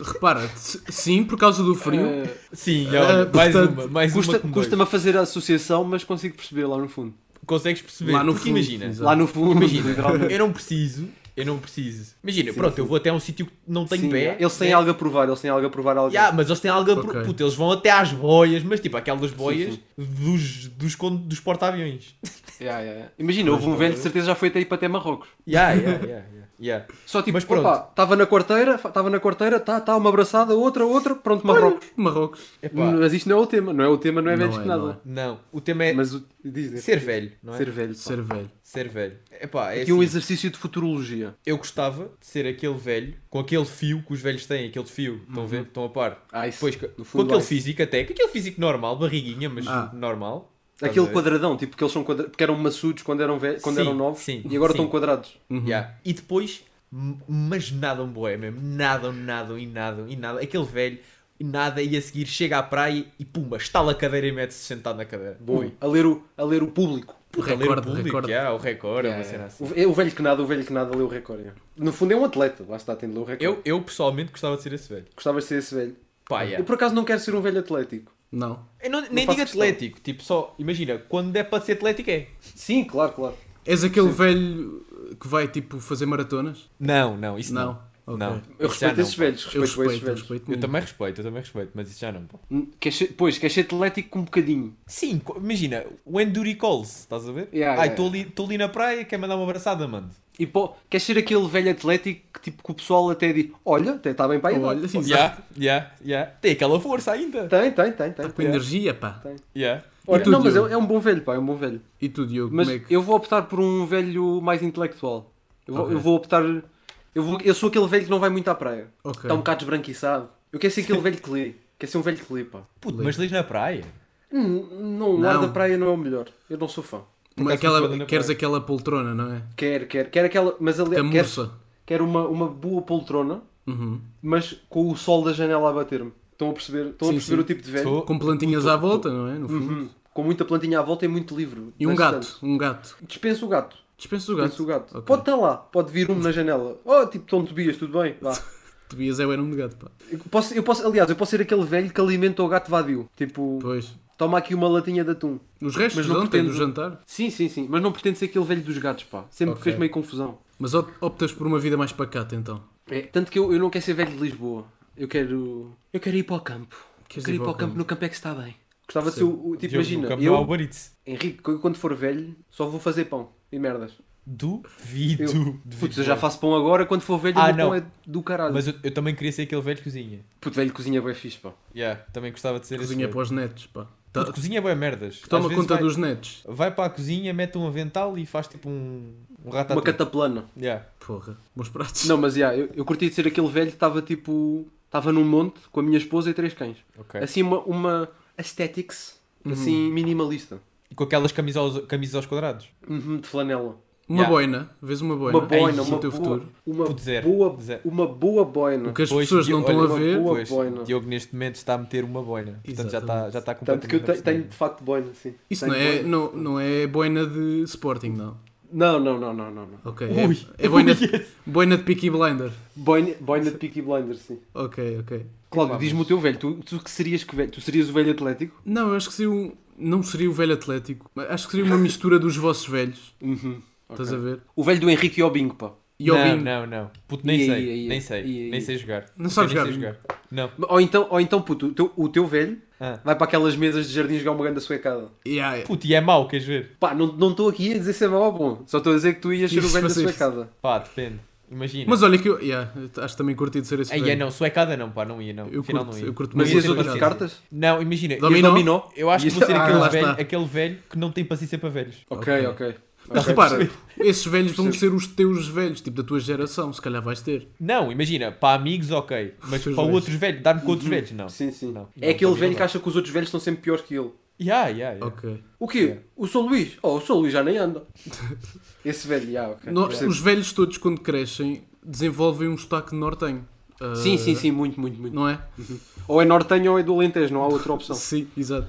Speaker 4: Repara, se- sim, por causa do frio.
Speaker 3: É.
Speaker 2: Sim, olha,
Speaker 4: Ah,
Speaker 2: mais
Speaker 4: portanto,
Speaker 2: uma, mais uma
Speaker 3: Eh, Custa-
Speaker 2: que me
Speaker 3: Custa-me a fazer a associação, mas consigo perceber lá no fundo.
Speaker 2: dói. Consegues perceber?
Speaker 4: Lá no
Speaker 2: Porque
Speaker 4: fundo,
Speaker 2: imagina,
Speaker 4: exato.
Speaker 3: Lá no fundo,
Speaker 2: Imagina,
Speaker 3: literalmente.
Speaker 2: eu não preciso, eu não preciso. Imagina,
Speaker 3: Sim,
Speaker 2: pronto,
Speaker 3: sim.
Speaker 2: eu vou até a um sítio que não tem
Speaker 3: Sim,
Speaker 2: pé.
Speaker 3: Eles têm
Speaker 2: né?
Speaker 3: algo a provar, eles têm algo a provar alguém.
Speaker 2: Yeah, mas eles têm algo a pro-
Speaker 4: Ok.
Speaker 2: puto, eles vão até às boias, mas tipo aquelas boias
Speaker 3: sim.
Speaker 2: dos, dos, con- dos porta-aviões.
Speaker 3: Yeah, yeah, yeah. Imagina, houve um
Speaker 2: é
Speaker 3: velho de certeza já foi até ir para até Marrocos.
Speaker 2: Yeah, yeah, yeah, yeah, yeah.
Speaker 3: Só tipo,
Speaker 2: Mas pronto.
Speaker 3: opa, estava na quarteira, estava na quarteira, tá, tá, uma abraçada, outra, outra, pronto, Marrocos.
Speaker 4: Marrocos.
Speaker 2: Epá,
Speaker 3: Mas isto não é o tema, não é o tema, não é
Speaker 4: Não
Speaker 3: velhos
Speaker 4: é,
Speaker 3: que
Speaker 4: não
Speaker 3: nada.
Speaker 4: é.
Speaker 2: não, o tema é
Speaker 3: Mas o- dizem.
Speaker 2: ser velho, não é?
Speaker 3: Ser velho. pá.
Speaker 4: Ser velho.
Speaker 2: Ser velho. Epá, é
Speaker 3: Aqui um
Speaker 2: assim,
Speaker 3: exercício de futurologia.
Speaker 2: eu gostava de ser aquele velho com aquele fio que os velhos têm, aquele fio, estão a ver? Estão a par.
Speaker 3: Ah, isso,
Speaker 2: Depois, com
Speaker 3: no fundo,
Speaker 2: aquele
Speaker 3: há-
Speaker 2: físico até, com aquele físico normal, barriguinha, mas
Speaker 4: Ah.
Speaker 2: normal. Estás a
Speaker 3: Aquele
Speaker 2: ver?
Speaker 3: quadradão, tipo, que eles são quadra... porque eram maçudos quando eram, velhos, quando
Speaker 2: Sim,
Speaker 3: eram novos
Speaker 2: sim,
Speaker 3: e agora
Speaker 2: sim.
Speaker 3: estão quadrados.
Speaker 2: Yeah. E depois, m- mas nadam boé mesmo, nadam, nadam e nadam e nadam. Aquele velho nada e a seguir chega à praia e pumba, estala a cadeira e mete-se sentado na cadeira.
Speaker 3: Bom, a ler, o, a ler o público.
Speaker 2: Puta,
Speaker 4: Recorde,
Speaker 2: ler o público,
Speaker 4: recorde.
Speaker 2: yeah, o recorde, uma cena assim.
Speaker 3: O, é o velho que nada, o velho que nada lê o recorde. é. No fundo é um atleta, lá está, tem de ler o recorde.
Speaker 2: Eu, eu pessoalmente gostava de ser esse velho.
Speaker 3: Gostava de ser esse velho.
Speaker 2: Pá, yeah.
Speaker 3: Eu por acaso não quero ser um velho atlético.
Speaker 4: Não.
Speaker 2: Eu não, nem digo
Speaker 3: faço questão.
Speaker 2: atlético, tipo só, imagina, quando é para ser atlético é.
Speaker 3: Sim, claro, claro.
Speaker 4: És aquele velho que vai tipo fazer maratonas?
Speaker 2: Não, não, isso não.
Speaker 4: Não. Ok.
Speaker 2: Não.
Speaker 3: Eu
Speaker 2: Isso já
Speaker 3: respeito
Speaker 2: não,
Speaker 3: esses
Speaker 2: pá.
Speaker 3: velhos,
Speaker 4: Eu
Speaker 3: respeito, esses
Speaker 4: respeito, eu
Speaker 3: velhos. Hum,
Speaker 4: respeito.
Speaker 2: Eu
Speaker 4: muito.
Speaker 2: também respeito, eu também respeito, mas isso já não. pá.
Speaker 3: Quer ser- pois, quer ser atlético com um bocadinho.
Speaker 2: Sim, co- imagina, o Enduri Calls, estás a ver?
Speaker 3: Yeah,
Speaker 2: Ai,
Speaker 3: yeah,
Speaker 2: estou ali, tô ali na praia, quer mandar uma abraçada, mano.
Speaker 3: E pô, quer ser aquele velho atlético que, tipo, que o pessoal até diz: Olha, até está bem para a idade."
Speaker 4: Olha, sim,
Speaker 2: Yeah, yeah, yeah. Tem aquela força ainda.
Speaker 3: Tem, tem, tem.
Speaker 2: Tá
Speaker 3: tem,
Speaker 4: com
Speaker 3: tem.
Speaker 4: energia, pá.
Speaker 2: Yeah.
Speaker 3: Olha,
Speaker 4: E tu,
Speaker 3: não, mas
Speaker 4: Diogo?
Speaker 3: é, é um bom velho, pá, é um bom velho.
Speaker 4: E tu, Diogo,
Speaker 3: Mas
Speaker 4: como é que.
Speaker 3: eu vou optar por um velho mais intelectual. Eu vou,
Speaker 4: Ok.
Speaker 3: eu vou optar. Eu, vou- eu sou aquele velho que não vai muito à praia.
Speaker 4: Ok.
Speaker 3: Está um bocado esbranquiçado. Eu quero ser aquele velho que lê. Quero ser um velho que lê, pá.
Speaker 2: Puto, mas lês na praia?
Speaker 3: Hum, Não, o
Speaker 4: Não.
Speaker 3: ar da praia não é o melhor. Eu não sou fã.
Speaker 4: Uma-
Speaker 2: acaso
Speaker 4: aquela-
Speaker 2: fui
Speaker 3: é
Speaker 2: fazer na
Speaker 4: é queres
Speaker 2: praia.
Speaker 4: aquela poltrona, não é?
Speaker 3: Quero, quero, quero aquela. Mas ali, quero,
Speaker 4: Camurça.
Speaker 3: quero uma, uma boa poltrona,
Speaker 4: Uhum.
Speaker 3: mas com o sol da janela a bater-me. Estão a perceber, estão
Speaker 4: Sim,
Speaker 3: a perceber
Speaker 4: sim.
Speaker 3: o tipo de velho?
Speaker 2: Tô-
Speaker 4: Com plantinhas à volta, não é? No fundo.
Speaker 3: Uhum. Com muita plantinha à volta e muito livro.
Speaker 4: E um
Speaker 3: Bastante.
Speaker 4: gato. Um gato.
Speaker 3: Dispensa o gato.
Speaker 4: Dispensa o gato.
Speaker 3: Dispensa o gato.
Speaker 4: Ok.
Speaker 3: Pode estar lá, pode vir um na janela. Oh, tipo Tom Tobias, tudo bem? Vá.
Speaker 4: Tobias é o nome de gato, pá.
Speaker 3: Eu posso, eu posso, aliás, eu posso ser aquele velho que alimenta o gato vadio. Tipo,
Speaker 4: Pois.
Speaker 3: toma aqui uma latinha de atum.
Speaker 4: Os restos
Speaker 3: Mas
Speaker 4: de
Speaker 3: não
Speaker 4: ontem do
Speaker 3: pretendo-
Speaker 4: jantar.
Speaker 3: Sim, sim, sim. Mas não pretende ser aquele velho dos gatos, pá. Sempre
Speaker 4: Ok.
Speaker 3: me fez meio confusão.
Speaker 4: Mas op- optas por uma vida mais pacata, então.
Speaker 3: É, tanto que eu, eu não quero ser velho de Lisboa. Eu quero. Eu quero ir para o campo.
Speaker 4: Queres
Speaker 3: quero ir para o campo, no campo é que se está bem. Gostava de ser o. o- Tipo,
Speaker 2: Diogo,
Speaker 3: imagina,
Speaker 2: no campo não há
Speaker 3: eu,
Speaker 2: Uber Eats.
Speaker 3: Henrique, eu quando for velho, só vou fazer pão e merdas.
Speaker 2: Duvido.
Speaker 3: Eu-
Speaker 2: duvido.
Speaker 3: Putz, eu já faço pão agora, quando for velho,
Speaker 2: Ah,
Speaker 3: o meu
Speaker 2: não.
Speaker 3: pão é do caralho.
Speaker 2: Mas eu, eu também queria ser aquele velho que cozinha.
Speaker 3: Puto, velho cozinha bem fixe, pá.
Speaker 2: Yeah, também gostava de ser
Speaker 4: Cozinha
Speaker 2: esse.
Speaker 4: para os netos, pá. Tá-
Speaker 2: Puto, cozinha é boa merdas. Às
Speaker 4: Toma
Speaker 2: vezes
Speaker 4: conta
Speaker 2: vai,
Speaker 4: dos netos.
Speaker 2: Vai para a cozinha, mete um avental e faz tipo um, um
Speaker 3: Uma
Speaker 2: ratatouille.
Speaker 3: cataplana.
Speaker 2: Yeah.
Speaker 4: Porra. Bons pratos.
Speaker 3: Não, mas yeah, eu, eu curti de ser aquele velho que estava tipo. Estava num monte com a minha esposa e três cães.
Speaker 4: É
Speaker 2: Ok.
Speaker 3: Assim, uma, uma aesthetics assim minimalista.
Speaker 2: E com aquelas camisolas, camisas aos quadrados.
Speaker 3: Uhum, de flanela.
Speaker 4: Uma
Speaker 2: Yeah.
Speaker 4: boina. Vês uma boina.
Speaker 3: Uma boina,
Speaker 4: Ei,
Speaker 3: uma
Speaker 4: no teu
Speaker 3: boa,
Speaker 4: futuro.
Speaker 3: uma
Speaker 2: Puto, zero.
Speaker 3: boa,
Speaker 2: Zero.
Speaker 3: uma boa boina.
Speaker 4: O que as
Speaker 2: Pois,
Speaker 4: pessoas não
Speaker 2: Diogo,
Speaker 4: estão a
Speaker 2: olha,
Speaker 4: ver.
Speaker 3: Boa
Speaker 2: Pois,
Speaker 3: boina.
Speaker 2: Diogo neste momento está a meter uma boina. Portanto já está,
Speaker 4: Exatamente.
Speaker 2: já está
Speaker 3: Tanto
Speaker 2: completamente
Speaker 3: que eu te-
Speaker 2: apaixonado.
Speaker 3: tenho de facto boina, sim.
Speaker 4: Isso
Speaker 3: Tenho
Speaker 4: não é,
Speaker 3: boina.
Speaker 4: não, não é boina de Sporting, não.
Speaker 3: Não, não, não, não, não. não.
Speaker 4: Ok.
Speaker 2: Ui.
Speaker 4: É, é boina, boina de Peaky Blinder.
Speaker 3: Boina, boina de Peaky Blinders, sim.
Speaker 4: Ok, ok.
Speaker 3: Cláudio, diz-me o teu velho, tu, tu que serias que velho? Tu serias o velho atlético?
Speaker 4: Não, eu acho que seria um. Não seria o velho atlético. mas Acho que seria uma mistura dos vossos velhos.
Speaker 3: Uhum.
Speaker 4: Estás a ver?
Speaker 3: O velho do Henrique e o Bingo, pá.
Speaker 4: E o Bingo.
Speaker 2: Não, não, não. Puto, nem
Speaker 3: Ia,
Speaker 2: sei.
Speaker 3: ia, ia.
Speaker 2: Nem sei.
Speaker 3: Ia, ia.
Speaker 2: Nem sei jogar.
Speaker 4: Não sabes
Speaker 2: Eu nem sei
Speaker 4: jogar?
Speaker 2: jogar. Não.
Speaker 3: Ou então, ou então puto, o teu, o teu velho
Speaker 2: Ah.
Speaker 3: vai para aquelas mesas de jardim jogar uma grande suecada.
Speaker 4: Yeah, yeah.
Speaker 2: Puto, e é mau, queres ver?
Speaker 3: Pá, não não estou aqui a dizer se é mau ou bom. Só estou a dizer que tu ias ser o
Speaker 4: Isso,
Speaker 3: velho da
Speaker 4: fazer isso.
Speaker 3: suecada.
Speaker 2: Pá, depende. Imagina.
Speaker 4: Mas olha que eu. Yeah, eu acho também curti de ser esse
Speaker 2: Aí
Speaker 4: velho.
Speaker 2: é não, suecada não, pá, não ia não.
Speaker 4: Eu
Speaker 2: Afinal
Speaker 4: curto-
Speaker 2: não ia.
Speaker 4: eu curto
Speaker 2: Não
Speaker 3: Mas
Speaker 2: ia
Speaker 3: ias
Speaker 4: muito
Speaker 2: ter
Speaker 4: esse
Speaker 3: outras
Speaker 4: velho.
Speaker 2: paciência.
Speaker 3: cartas?
Speaker 2: Não, imagina. eu-
Speaker 4: Domi- Dominó?
Speaker 3: Dominó?
Speaker 2: Eu acho que
Speaker 3: é-
Speaker 2: vou ser
Speaker 4: Ah,
Speaker 2: aquele,
Speaker 4: lá
Speaker 2: velho,
Speaker 4: está.
Speaker 2: aquele velho que não tem paciência para velhos.
Speaker 3: Ok, ok.
Speaker 4: Mas
Speaker 3: Ok,
Speaker 4: repara,
Speaker 3: percebi.
Speaker 4: esses velhos vão ser os teus velhos, tipo da tua geração, se calhar vais ter.
Speaker 2: Não, imagina, para amigos, ok. Mas
Speaker 4: Seus
Speaker 2: para
Speaker 4: velhos. Uhum.
Speaker 2: outros velhos, dar-me com outros velhos, não.
Speaker 3: Sim,
Speaker 2: Não,
Speaker 3: sim.
Speaker 2: não,
Speaker 3: é aquele
Speaker 2: também
Speaker 3: velho
Speaker 2: não.
Speaker 3: que acha que os outros velhos estão sempre piores que ele.
Speaker 2: Yeah, yeah, yeah.
Speaker 4: Ok.
Speaker 3: O quê? O São Luís? Oh, o São Luís já nem anda. Esse velho, já, ok.
Speaker 4: No-
Speaker 3: Percebo.
Speaker 4: os velhos todos, quando crescem, desenvolvem um sotaque nortenho. Ah,
Speaker 3: Sim, sim, sim, muito, muito, muito.
Speaker 4: Não é?
Speaker 3: Ou é nortenho ou é do Alentejo, não há outra opção.
Speaker 4: Sim, exato.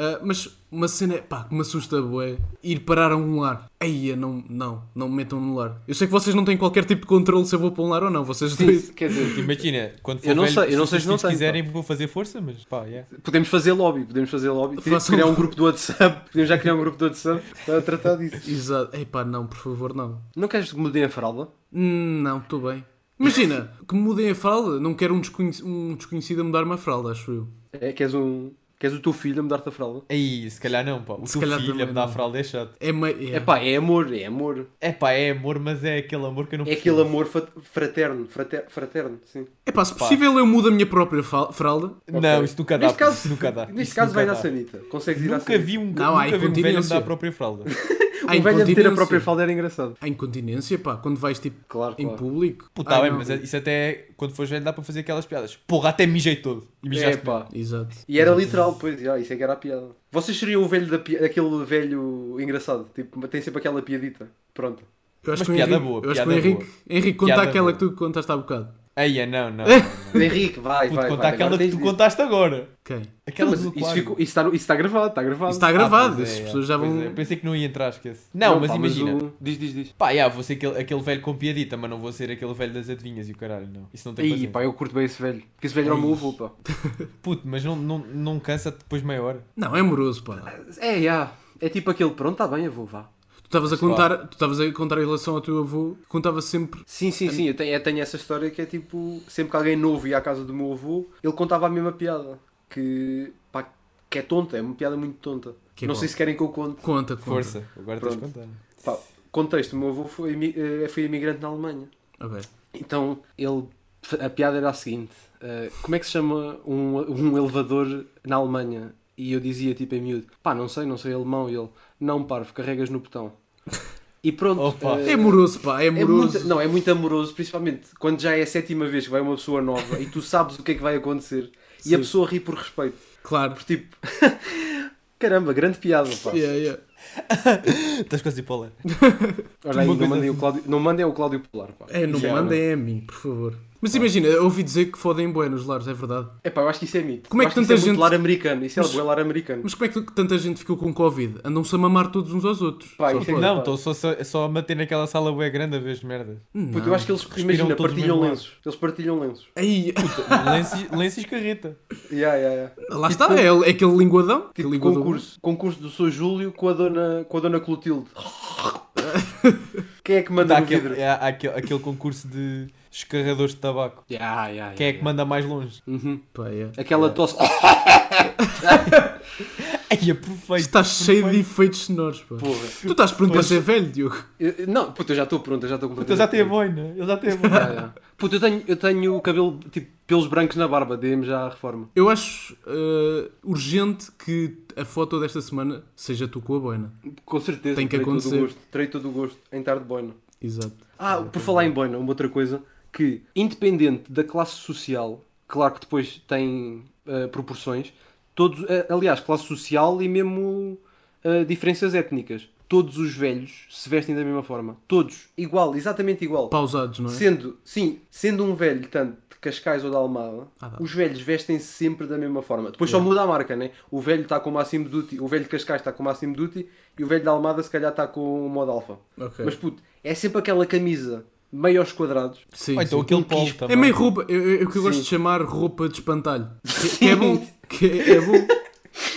Speaker 4: Ah, mas uma cena é, pá, que me assusta, bué, ir parar a um lar. Eia, não, não, não me metam no lar. Eu sei que vocês não têm qualquer tipo de controle se eu vou para um lar ou não, vocês dois.
Speaker 3: Sim, quer dizer,
Speaker 2: Imagina, quando for
Speaker 3: Eu não
Speaker 2: velho,
Speaker 3: sei- eu não
Speaker 2: se
Speaker 3: sei
Speaker 2: os
Speaker 3: se não
Speaker 2: filhos
Speaker 3: tenho,
Speaker 2: quiserem, vou fazer força, mas pá, yeah.
Speaker 3: podemos fazer lobby, podemos fazer lobby. Podemos
Speaker 4: Façam-
Speaker 3: criar um grupo do WhatsApp, podemos já criar um grupo do WhatsApp para tratar disso.
Speaker 4: Exato. Ei pá, não, por favor, não.
Speaker 3: Não queres que mudem a fralda?
Speaker 4: Hum, Não, estou bem. Imagina, que me mudem a fralda, não quero um, desconhec- um desconhecido a mudar-me a fralda, acho eu.
Speaker 3: É, queres, um, queres o teu filho a mudar-te a fralda?
Speaker 2: Aí, se calhar não, pá. O
Speaker 4: Se
Speaker 2: teu
Speaker 4: calhar
Speaker 2: filho
Speaker 4: também
Speaker 2: a me dar a
Speaker 4: não.
Speaker 2: fralda é chato.
Speaker 4: É meio.
Speaker 3: É pá, é amor, é amor.
Speaker 2: É pá, é amor, mas é aquele amor que eu não
Speaker 3: É aquele amor fa- fraterno, frater- fraterno, sim.
Speaker 4: É pá, se possível eu mudo a minha própria fa- fralda.
Speaker 2: Não, isso nunca dá.
Speaker 3: Neste caso,
Speaker 2: isso nunca dá.
Speaker 3: Neste
Speaker 2: isso
Speaker 3: caso vai
Speaker 2: nunca
Speaker 3: dar
Speaker 2: dá.
Speaker 3: sanita. Consegues ir à
Speaker 2: Nunca
Speaker 3: sanita.
Speaker 2: vi Ah, um,
Speaker 4: Não, há
Speaker 2: nunca vi um velho a me
Speaker 4: incontinência.
Speaker 2: dar a própria fralda.
Speaker 4: Há
Speaker 3: Um velho a meter a
Speaker 4: incontinência.
Speaker 3: própria fralda era engraçado.
Speaker 4: Há incontinência, pá, quando vais tipo
Speaker 3: Claro,
Speaker 4: em
Speaker 3: claro.
Speaker 4: público.
Speaker 2: Puta, tá
Speaker 4: Ai,
Speaker 2: bem,
Speaker 4: não.
Speaker 2: mas isso até é- quando fores velho dá para fazer aquelas piadas. Porra, até mijei todo. E
Speaker 3: É
Speaker 2: mijaste.
Speaker 3: pá.
Speaker 4: Exato.
Speaker 3: E era literal, pois, já, isso é que era a piada. Vocês seriam o velho da pi... aquele velho engraçado, tipo, tem sempre aquela piadita. Pronto.
Speaker 4: Eu acho
Speaker 2: Mas
Speaker 4: que o
Speaker 2: piada
Speaker 4: Henrique,
Speaker 2: boa,
Speaker 4: eu acho que o
Speaker 2: piada
Speaker 4: Henrique, Henrique conta
Speaker 2: Piada boa.
Speaker 4: aquela que tu contaste há bocado.
Speaker 2: Aí é, não, não.
Speaker 3: Henrique, vai,
Speaker 2: Puto,
Speaker 3: vai,
Speaker 2: conta
Speaker 3: vai.
Speaker 2: aquela
Speaker 3: agora
Speaker 2: que
Speaker 3: tens
Speaker 2: tu
Speaker 3: de- Então,
Speaker 2: contaste agora.
Speaker 4: Quem?
Speaker 2: Aquela
Speaker 3: Mas
Speaker 2: do
Speaker 3: isso,
Speaker 2: aquário.
Speaker 3: ficou- isso está, isso está gravado, está gravado.
Speaker 4: Isso está
Speaker 2: Ah,
Speaker 4: gravado,
Speaker 2: pois
Speaker 4: essas
Speaker 2: é,
Speaker 4: pessoas já
Speaker 2: pois
Speaker 4: vão.
Speaker 2: é. Pensei que não ia entrar, esquece. Não, mas
Speaker 3: pá,
Speaker 2: imagina.
Speaker 3: o- Diz, diz, diz.
Speaker 2: Pá, já, vou ser aquele, aquele velho com piadita, mas não vou ser aquele velho das adivinhas e o caralho, não. Isso não tem
Speaker 3: Ih,
Speaker 2: paciência.
Speaker 3: pá, eu curto bem esse velho. Porque esse velho era o meu avô, pá.
Speaker 2: Puto, mas não, não, não cansa depois meia hora.
Speaker 4: Não, é amoroso, pá.
Speaker 3: É, já. É tipo aquele, pronto, está bem, avô, vá.
Speaker 4: Tu estavas a contar, tu estavas a contar em relação ao teu avô, que contava sempre.
Speaker 3: Sim, sim, sim, eu tenho, eu tenho essa história que é tipo, sempre que alguém novo ia à casa do meu avô, ele contava a mesma piada. Que, pá, que é tonta, é uma piada muito tonta.
Speaker 4: Que
Speaker 3: não
Speaker 4: bom.
Speaker 3: sei se querem que eu conte.
Speaker 4: Conta, conta.
Speaker 2: Força, agora tens de
Speaker 3: Pronto.
Speaker 2: contar.
Speaker 3: Pá, contexto, o meu avô foi, imi- eh, foi imigrante na Alemanha.
Speaker 4: Ok.
Speaker 3: Então, ele, a piada era a seguinte, eh, como é que se chama um, um elevador na Alemanha? E eu dizia tipo em miúdo, pá, não sei, não sei alemão. E ele, não parvo, carregas no botão. E pronto.
Speaker 2: Opa.
Speaker 3: eh,
Speaker 4: É amoroso, pá, é
Speaker 3: é
Speaker 4: amoroso.
Speaker 3: muito, não, é muito amoroso, principalmente quando já é a sétima vez que vai uma pessoa nova e tu sabes o que é que vai acontecer. E a pessoa ri por respeito.
Speaker 4: Claro.
Speaker 3: Por tipo, caramba, grande piada, pá.
Speaker 4: Yeah, yeah.
Speaker 2: Estás quase para o ler.
Speaker 3: Olha aí,
Speaker 2: Uma
Speaker 3: não
Speaker 2: coisa
Speaker 4: assim.
Speaker 3: mandem, o Cláudio, não mandem o Cláudio Polar, pá.
Speaker 4: É, não
Speaker 2: Yeah.
Speaker 4: mandem é a mim, por favor. Mas imagina, eu ouvi dizer que fodem bué nos lares, é verdade.
Speaker 3: É pá, eu acho que isso é mito.
Speaker 4: Como é
Speaker 3: Eu acho
Speaker 4: que tanta
Speaker 3: isso é
Speaker 4: gente-
Speaker 3: muito lar americano. Isso
Speaker 4: Mas-
Speaker 3: é é lar americano.
Speaker 4: Mas como é que tanta gente ficou com Covid? Andam-se a mamar todos uns aos outros.
Speaker 3: Pá,
Speaker 4: Só
Speaker 3: isso é
Speaker 4: pode.
Speaker 3: que
Speaker 2: Não, estou só, só, só a bater naquela sala bué grande a ver as merdas.
Speaker 3: Porque eu acho que eles,
Speaker 2: Respiram
Speaker 3: imagina,
Speaker 2: todos
Speaker 3: partilham
Speaker 2: mesmo ar.
Speaker 3: lenços. Eles partilham lenços.
Speaker 4: Aí,
Speaker 2: Lenços- Lenços carreta.
Speaker 3: Yeah, yeah, yeah.
Speaker 4: lá está, é, é aquele linguadão.
Speaker 3: Tipo,
Speaker 4: aquele linguadão.
Speaker 3: concurso, concurso do Sr. Júlio com a dona, com a dona Clotilde. Quem é que manda
Speaker 2: Dá
Speaker 3: no vidro?
Speaker 2: aquele, é, há aquele, aquele concurso de escarradores de tabaco.
Speaker 3: Yeah, yeah,
Speaker 2: Quem é que manda mais longe?
Speaker 3: Uhum.
Speaker 4: Pá, é.
Speaker 3: Aquela tosse.
Speaker 2: Ai, é perfeito.
Speaker 4: Está tá cheio de efeitos sonoros, pá.
Speaker 3: Porra.
Speaker 4: Tu estás pronto para ser velho, Diogo.
Speaker 3: Eu- Não, puta, eu já estou pronto, eu já estou
Speaker 2: Puta,
Speaker 3: completamente.
Speaker 2: já um. tem a
Speaker 3: pronto.
Speaker 2: boina. Ele já tem a boina.
Speaker 3: Yeah, yeah. Puta, eu tenho, eu tenho o cabelo, tipo, pelos brancos na barba, dê-me já a reforma.
Speaker 4: Eu acho eh, urgente que a foto desta semana seja tu com a boina.
Speaker 3: Com certeza.
Speaker 4: Tem que
Speaker 3: terei todo o
Speaker 4: acontecer.
Speaker 3: gosto, Terei todo o gosto em estar de boina.
Speaker 4: Exato.
Speaker 3: Ah, por falar em boina, uma outra coisa, que independente da classe social, claro que depois tem ah, proporções, todos, ah, aliás, classe social e mesmo ah, diferenças étnicas, todos os velhos se vestem da mesma forma. Todos, igual, exatamente igual.
Speaker 4: Pausados, não é?
Speaker 3: Sendo, sim, sendo um velho tanto de Cascais ou da Almada,
Speaker 4: Ah, tá.
Speaker 3: os velhos vestem-se sempre da mesma forma. Depois só muda a marca, né? O velho está com o Máximo Duty, o velho de Cascais tá está com o Máximo Duty e o velho da Almada se calhar está com o modo alfa.
Speaker 4: Ok.
Speaker 3: Mas puto, é sempre aquela camisa meio aos quadrados.
Speaker 4: Sim,
Speaker 2: Ou então
Speaker 4: sim.
Speaker 2: aquele
Speaker 3: Um
Speaker 2: polo
Speaker 3: quispo.
Speaker 2: também.
Speaker 4: É meio roupa, eu, eu, eu que eu gosto de chamar roupa de espantalho. Que, que é bom. Que é, é bom.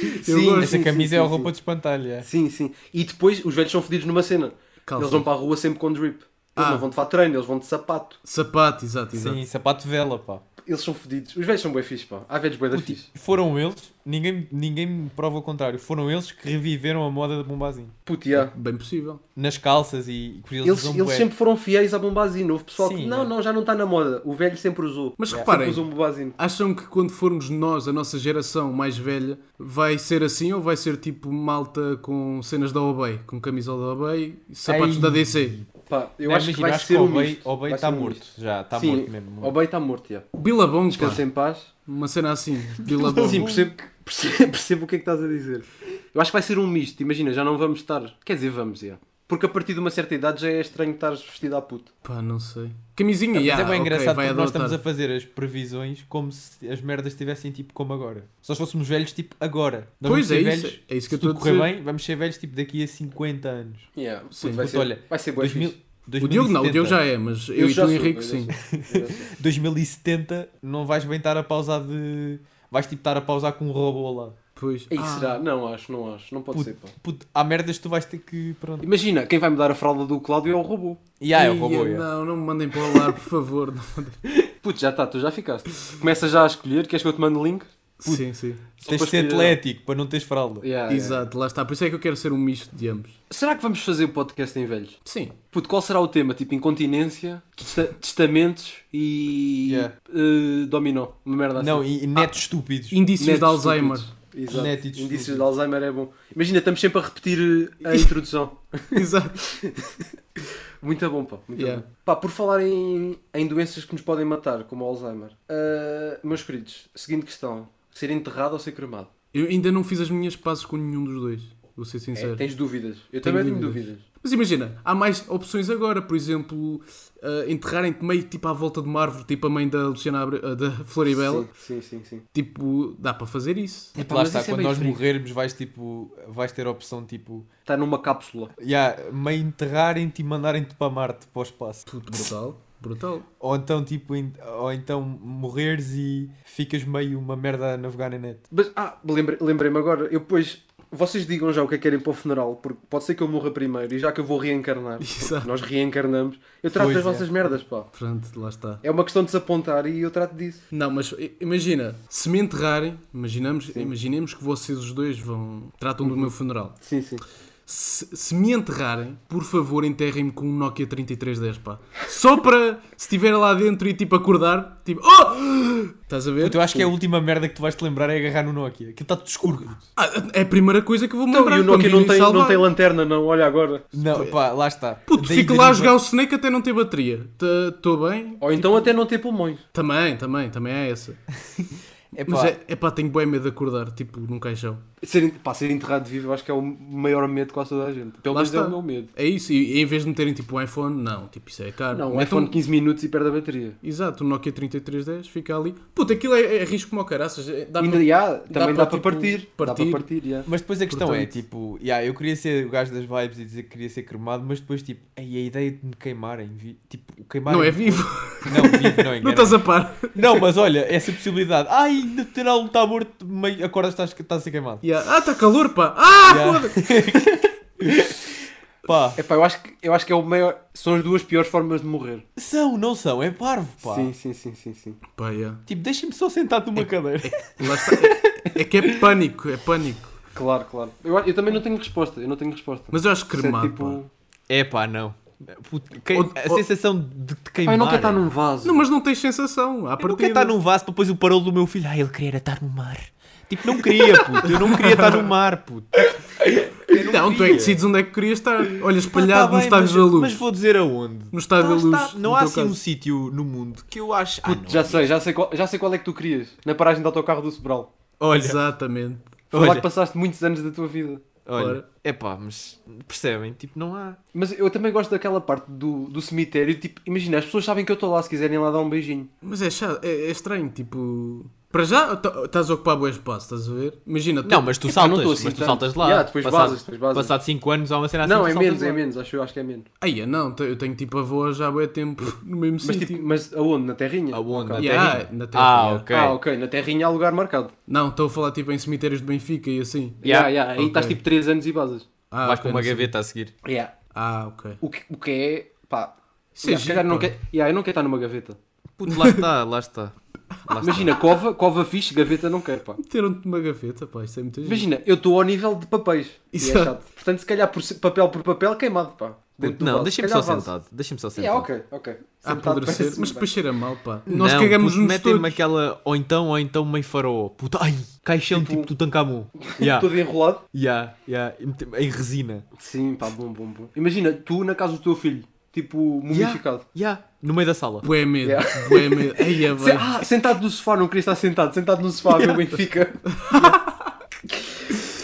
Speaker 4: Eu
Speaker 3: Sim,
Speaker 4: gosto.
Speaker 2: Essa
Speaker 3: sim,
Speaker 2: camisa
Speaker 3: sim,
Speaker 2: é a
Speaker 3: sim,
Speaker 2: roupa de espantalho, é.
Speaker 3: Sim, sim. E depois os velhos são fedidos numa cena.
Speaker 4: Calça.
Speaker 3: Eles vão para a rua sempre com drip. Eles
Speaker 4: Ah.
Speaker 3: não vão de fato treino, eles vão de sapato.
Speaker 4: Sapato, exato, exato.
Speaker 2: Sim, sapato de vela, pá.
Speaker 3: Eles são fedidos. Os velhos são bué fixe, pá. Há velhos bué da fixe.
Speaker 2: Foram eles, ninguém, ninguém me prova o contrário, foram eles que reviveram a moda da bombazinho.
Speaker 3: Puto, yeah.
Speaker 4: Bem possível.
Speaker 2: Nas calças e... porque Eles,
Speaker 3: Eles,
Speaker 2: usam
Speaker 3: eles
Speaker 2: bué.
Speaker 3: sempre foram fiéis à bombazina. Houve pessoal que
Speaker 2: Sim,
Speaker 3: não,
Speaker 2: é.
Speaker 3: não, já não está na moda. O velho sempre usou. É.
Speaker 4: Mas
Speaker 3: Sempre
Speaker 4: reparem,
Speaker 3: usou bombazino.
Speaker 4: acham que quando formos nós, a nossa geração mais velha, vai ser assim ou vai ser tipo malta com cenas da Obey? Com camisola da Obey e sapatos
Speaker 2: Ei.
Speaker 4: da DC?
Speaker 3: Pá, eu
Speaker 2: Não,
Speaker 3: acho que
Speaker 2: imagina,
Speaker 3: vai
Speaker 2: acho
Speaker 3: ser
Speaker 2: o
Speaker 3: um
Speaker 2: Obey-
Speaker 3: misto.
Speaker 2: Obey
Speaker 3: Vai
Speaker 2: está
Speaker 3: ser um
Speaker 2: morto
Speaker 3: misto.
Speaker 2: já, está
Speaker 3: Sim,
Speaker 2: morto mesmo. morto.
Speaker 3: O Obey está morto, yeah.
Speaker 4: Bilabong, pá.
Speaker 3: Descansa em paz.
Speaker 4: Uma cena assim. Bilabong.
Speaker 3: Sim, percebo, que- percebo, percebo o que é que estás a dizer. Eu acho que vai ser um misto, imagina, já não vamos estar. Quer dizer, vamos, é. Porque a partir de uma certa idade já é estranho estar vestido à puta.
Speaker 4: Pá, não sei. Camisinha,
Speaker 2: Mas
Speaker 4: yeah,
Speaker 2: é bem
Speaker 4: ok,
Speaker 2: engraçado
Speaker 4: vai
Speaker 2: porque nós
Speaker 4: adotar.
Speaker 2: estamos a fazer as previsões como se as merdas estivessem tipo como agora. Se nós fôssemos velhos tipo agora. Nós vamos
Speaker 4: Pois,
Speaker 2: ser
Speaker 4: é isso,
Speaker 2: velhos,
Speaker 4: é isso
Speaker 2: se
Speaker 4: que eu estou a
Speaker 2: tudo correr
Speaker 4: dizer.
Speaker 2: bem, vamos ser velhos tipo daqui a 50 anos.
Speaker 3: Yeah, puto,
Speaker 4: Sim,
Speaker 3: vai,
Speaker 2: puto,
Speaker 3: ser,
Speaker 2: olha,
Speaker 3: vai ser bué
Speaker 2: 2000,
Speaker 3: fixe.
Speaker 4: O Diogo não, o
Speaker 2: 2070.
Speaker 4: Diogo já é, mas eu, e tu,
Speaker 3: já sou,
Speaker 4: Henrique,
Speaker 3: eu já
Speaker 4: sim.
Speaker 3: sou, eu já sou.
Speaker 2: 2070 não vais bem estar a pausar de. Vais tipo estar a pausar com um robô lá.
Speaker 4: Pois.
Speaker 3: Aí
Speaker 4: Ah,
Speaker 3: será? Não, acho, não acho. Não pode
Speaker 2: Puto,
Speaker 3: ser, pá.
Speaker 2: puto, há merdas que tu vais ter que. Pronto.
Speaker 3: Imagina, quem vai mudar a fralda do Cláudio é o robô.
Speaker 2: E aí, é o
Speaker 4: ia,
Speaker 2: robô. é.
Speaker 4: Não, não me mandem para o lar, por favor. Não mandem-
Speaker 3: Putz, já está, tu já ficaste. Começa já a escolher, queres que eu te mande o link?
Speaker 4: Sim, sim.
Speaker 2: Tens
Speaker 3: para
Speaker 2: de ser
Speaker 3: escolher-
Speaker 2: atlético para não teres fralda.
Speaker 3: Yeah, yeah.
Speaker 4: Exato, lá está. Por isso é que eu quero ser um misto de ambos.
Speaker 3: Será que vamos fazer o podcast em velhos?
Speaker 4: Sim.
Speaker 3: Puto, qual será o tema? Tipo, incontinência, testa- testamentos e.
Speaker 2: Yeah.
Speaker 3: eh, dominó. Uma merda assim.
Speaker 2: Não,
Speaker 4: ah.
Speaker 2: e netos estúpidos.
Speaker 4: Indícios
Speaker 3: Netos
Speaker 4: de Alzheimer.
Speaker 3: estúpidos. Exato.
Speaker 2: Netos
Speaker 3: Indícios
Speaker 2: estúpidos.
Speaker 3: de Alzheimer é bom. Imagina, estamos sempre a repetir eh, a introdução.
Speaker 4: Exato.
Speaker 3: Muito bom, pá. Muito
Speaker 4: Yeah.
Speaker 3: bom. Pá, por falar em, em doenças que nos podem matar, como o Alzheimer. eh, meus queridos, seguinte questão. Ser enterrado ou ser cremado?
Speaker 4: Eu ainda não fiz as minhas pazes com nenhum dos dois. Vou ser sincero.
Speaker 3: É, tens dúvidas. Eu
Speaker 4: Tenho
Speaker 3: também tenho
Speaker 4: dúvidas.
Speaker 3: dúvidas.
Speaker 4: Mas imagina, há mais opções agora. Por exemplo, ah, enterrarem-te meio tipo à volta de uma árvore, tipo a mãe da Luciana Abre... ah, da Floribela.
Speaker 3: Sim, sim, sim. sim.
Speaker 4: Tipo, dá para fazer isso.
Speaker 2: Puto,
Speaker 3: Epá,
Speaker 2: lá
Speaker 3: mas
Speaker 2: está,
Speaker 3: isso é
Speaker 2: quando
Speaker 3: meio
Speaker 2: nós
Speaker 3: frio.
Speaker 2: morrermos vais tipo. Vais ter a opção tipo.
Speaker 3: Está Tá numa cápsula.
Speaker 2: Yeah, meio enterrarem-te e mandarem-te para Marte, para o espaço.
Speaker 4: Puto, brutal. Brutal.
Speaker 2: Ou então, tipo, en- ou então morreres e ficas meio uma merda a navegar na net.
Speaker 3: Mas, ah, lembre- lembrei-me agora. Eu depois... Vocês digam já o que é que querem para o funeral, porque pode ser que eu morra primeiro e já que eu vou reencarnar,
Speaker 4: Exato.
Speaker 3: nós reencarnamos, eu trato
Speaker 2: Pois
Speaker 3: das
Speaker 2: é.
Speaker 3: vossas merdas, pá.
Speaker 4: Pronto, lá está.
Speaker 3: É uma questão de se apontar e eu trato disso.
Speaker 4: Não, mas i- imagina, se me
Speaker 3: Uhum.
Speaker 4: enterrarem, imaginamos, imaginemos que vocês os dois vão tratam do meu funeral.
Speaker 3: Sim, sim.
Speaker 4: se, se me enterrarem, por favor, enterrem-me com um Nokia 3310, pá. Só para, se estiver lá dentro e tipo acordar, tipo, oh! Estás a ver?
Speaker 2: Puto, eu acho que é a última merda que tu vais te lembrar é agarrar no Nokia. Aquilo está tudo escuro. puto.
Speaker 4: Ah, é a primeira coisa que eu vou-me
Speaker 3: Não,
Speaker 4: lembrar.
Speaker 3: Então, e o
Speaker 4: quando
Speaker 3: Nokia não
Speaker 4: virem
Speaker 3: tem,
Speaker 4: salvar.
Speaker 3: não tem lanterna, não. Olha agora.
Speaker 2: Não, pá, lá está.
Speaker 4: Puto,
Speaker 2: Daí-
Speaker 4: fico
Speaker 2: daí
Speaker 4: lá a
Speaker 2: não
Speaker 4: jogar
Speaker 2: vai-
Speaker 4: o Snake até não ter bateria. Estou bem?
Speaker 3: Ou então até não ter pulmões.
Speaker 4: Também, também, também é essa.
Speaker 2: É pá,
Speaker 4: Mas é, é pá, tenho bem medo de acordar, tipo, num caixão.
Speaker 3: Ser, en- pá, ser enterrado vivo eu acho que é o maior medo de quase toda a gente. Pelo
Speaker 4: Lá
Speaker 3: menos é
Speaker 4: está.
Speaker 3: o meu medo.
Speaker 4: É isso, e, e em vez de meterem tipo um iPhone, não, tipo, isso é caro.
Speaker 3: Não, um
Speaker 4: Metem
Speaker 3: iPhone 15 minutos e perde a bateria.
Speaker 4: Exato, o Nokia 3310 fica ali. Puta, aquilo é, é risco como o caraças. é- Dá
Speaker 3: Ainda,
Speaker 4: pra-
Speaker 3: já, também
Speaker 4: pra,
Speaker 3: dá para
Speaker 4: tipo,
Speaker 3: partir. Dá
Speaker 4: partir.
Speaker 3: para partir, já.
Speaker 2: mas depois a questão é,
Speaker 4: Portanto-
Speaker 2: tipo, yeah, eu queria ser o gajo das vibes e dizer que queria ser cremado, mas depois, tipo, ei, a ideia de me queimarem, vi- tipo, queimar
Speaker 4: Não é vivo,
Speaker 2: Não, vivo, não,
Speaker 4: não
Speaker 2: engana.
Speaker 4: estás a par.
Speaker 2: Não, mas olha, essa possibilidade. Ai, ainda terá um está morto, meio, acordas, estás, estás a ser queimado.
Speaker 4: Yeah. Ah, está calor, pá. Ah,
Speaker 2: Yeah.
Speaker 4: foda-se.
Speaker 2: Pá,
Speaker 3: Epá, eu acho, que, eu acho que é o maior. São as duas piores formas de morrer.
Speaker 2: são, não são, é parvo, pá.
Speaker 3: Sim, sim, sim, sim, sim.
Speaker 4: Pá, yeah.
Speaker 2: Tipo, deixem-me só sentado numa cadeira.
Speaker 4: Lá está. É- É que é pânico, é pânico.
Speaker 3: Claro, claro. Eu, eu também não tenho resposta. Eu não tenho resposta.
Speaker 4: Mas eu acho
Speaker 3: Isso é
Speaker 4: cremado, pá.
Speaker 3: tipo.
Speaker 2: É pá, não. Puto, que-
Speaker 4: Ou-
Speaker 2: a
Speaker 4: ou-
Speaker 2: sensação de te queimar. é-
Speaker 3: Ai, não quer estar num vaso.
Speaker 4: Não, mas não tens sensação.
Speaker 2: Eu tá
Speaker 4: À
Speaker 2: não quero
Speaker 4: partida.
Speaker 2: estar num vaso para depois o parolo do meu filho. Ah, ele queria estar no mar. Tipo, não queria, puto. Eu não queria estar no mar, puto.
Speaker 3: É
Speaker 4: Não, tu é que decides onde é que querias estar. Olha,
Speaker 2: Pá,
Speaker 4: espalhado
Speaker 2: tá
Speaker 4: nos
Speaker 2: bem,
Speaker 4: estádios
Speaker 2: mas-
Speaker 4: da luz.
Speaker 2: Mas vou dizer aonde.
Speaker 4: No estádio da
Speaker 2: Lá
Speaker 4: luz.
Speaker 2: está. Não
Speaker 4: no
Speaker 2: há
Speaker 4: teu
Speaker 2: assim um
Speaker 4: caso.
Speaker 2: sítio no mundo que eu acho. Ah, não.
Speaker 3: Já sei, já sei, qual, já sei qual é que tu querias. Na paragem de autocarro do Sobral.
Speaker 2: Olha,
Speaker 4: Exatamente.
Speaker 3: Foi lá
Speaker 2: olha,
Speaker 3: que passaste muitos anos da tua vida.
Speaker 2: olha.
Speaker 4: Ora.
Speaker 2: É pá, mas percebem? Tipo, não há.
Speaker 3: Mas eu também gosto daquela parte do, do cemitério. Tipo, imagina, as pessoas sabem que eu estou lá se quiserem lá dar um beijinho.
Speaker 4: Mas é chato, é, é estranho, tipo. Para já tá- estás a ocupar bom espaço, estás a ver? Imagina, tu-
Speaker 2: Não, mas tu
Speaker 3: Epá, não
Speaker 2: saltas,
Speaker 3: estou assim
Speaker 2: mas tu
Speaker 3: tanto.
Speaker 2: saltas lá.
Speaker 3: Yeah, depois
Speaker 2: Passado-
Speaker 3: basas, depois basas.
Speaker 2: Passado 5 anos há uma cena assim. tu
Speaker 3: não, é
Speaker 2: saltas
Speaker 3: menos,
Speaker 2: lá.
Speaker 3: é menos. Acho, eu acho que é menos.
Speaker 4: Aí, é, não, te- eu tenho tipo avó já há bem tempo no mesmo
Speaker 3: Mas,
Speaker 4: sítio.
Speaker 3: tipo, mas aonde? Na terrinha?
Speaker 2: Aonde? Na
Speaker 3: Ok.
Speaker 4: Yeah,
Speaker 2: terrinha?
Speaker 4: na terra,
Speaker 2: Ah,
Speaker 4: yeah.
Speaker 2: ok.
Speaker 3: Ah, ok. Na terrinha há lugar marcado.
Speaker 4: Não, estou a falar tipo em cemitérios de Benfica e assim.
Speaker 2: Yeah.
Speaker 3: Yeah, yeah. Aí
Speaker 4: Ok.
Speaker 3: estás tipo 3 anos e basas.
Speaker 4: Ah,
Speaker 2: Vais
Speaker 4: ok,
Speaker 2: com uma
Speaker 4: não sei.
Speaker 2: gaveta a seguir.
Speaker 3: Yeah.
Speaker 4: Ah, ok.
Speaker 3: O que, o que é. Pá.
Speaker 4: Isso
Speaker 3: yeah,
Speaker 4: é
Speaker 3: se calhar
Speaker 4: giro,
Speaker 3: não
Speaker 4: pá.
Speaker 3: quer, yeah, eu não quero estar numa gaveta.
Speaker 2: Puto, lá está, lá está. Lá está.
Speaker 3: Imagina, cova, cova fixe, gaveta não quero, pá.
Speaker 4: Meteram-te numa gaveta, pá, isso é muito giro.
Speaker 3: Imagina, eu estou ao nível de papéis. Isso é
Speaker 4: Exato.
Speaker 3: chato. Portanto, se calhar por, se- papel por papel, queimado, pá. Dentro do
Speaker 2: Puto, não,
Speaker 3: vaso.
Speaker 2: deixa-me
Speaker 3: Se calhar
Speaker 2: só
Speaker 3: vaso.
Speaker 2: sentado. Deixa-me só
Speaker 3: Yeah,
Speaker 2: sentado. Ah,
Speaker 3: ok, ok.
Speaker 4: a
Speaker 3: Sentado
Speaker 4: Ah, apodrecer,
Speaker 3: parece-me
Speaker 4: mas
Speaker 3: bem.
Speaker 4: depois cheira mal, pá. Nós
Speaker 2: Não, puto,
Speaker 4: cagamos-nos
Speaker 2: metem-me
Speaker 4: todos.
Speaker 2: aquela, ou então, ou então meio farol. Puta, ai, caixão tipo,
Speaker 3: Tipo-
Speaker 2: do Tancamon. Yeah,
Speaker 3: Todo enrolado.
Speaker 2: yeah, yeah. E mete- Em resina.
Speaker 3: Sim, pá, bom, bom, bom. Imagina, tu na casa do teu filho, tipo, mumificado.
Speaker 2: Yeah, no meio da sala.
Speaker 4: Bué medo,
Speaker 3: Yeah.
Speaker 4: bué medo. Aí é
Speaker 3: Se-
Speaker 4: bem.
Speaker 3: ah, sentado no sofá, não queria estar sentado, sentado no sofá, meu Benfica.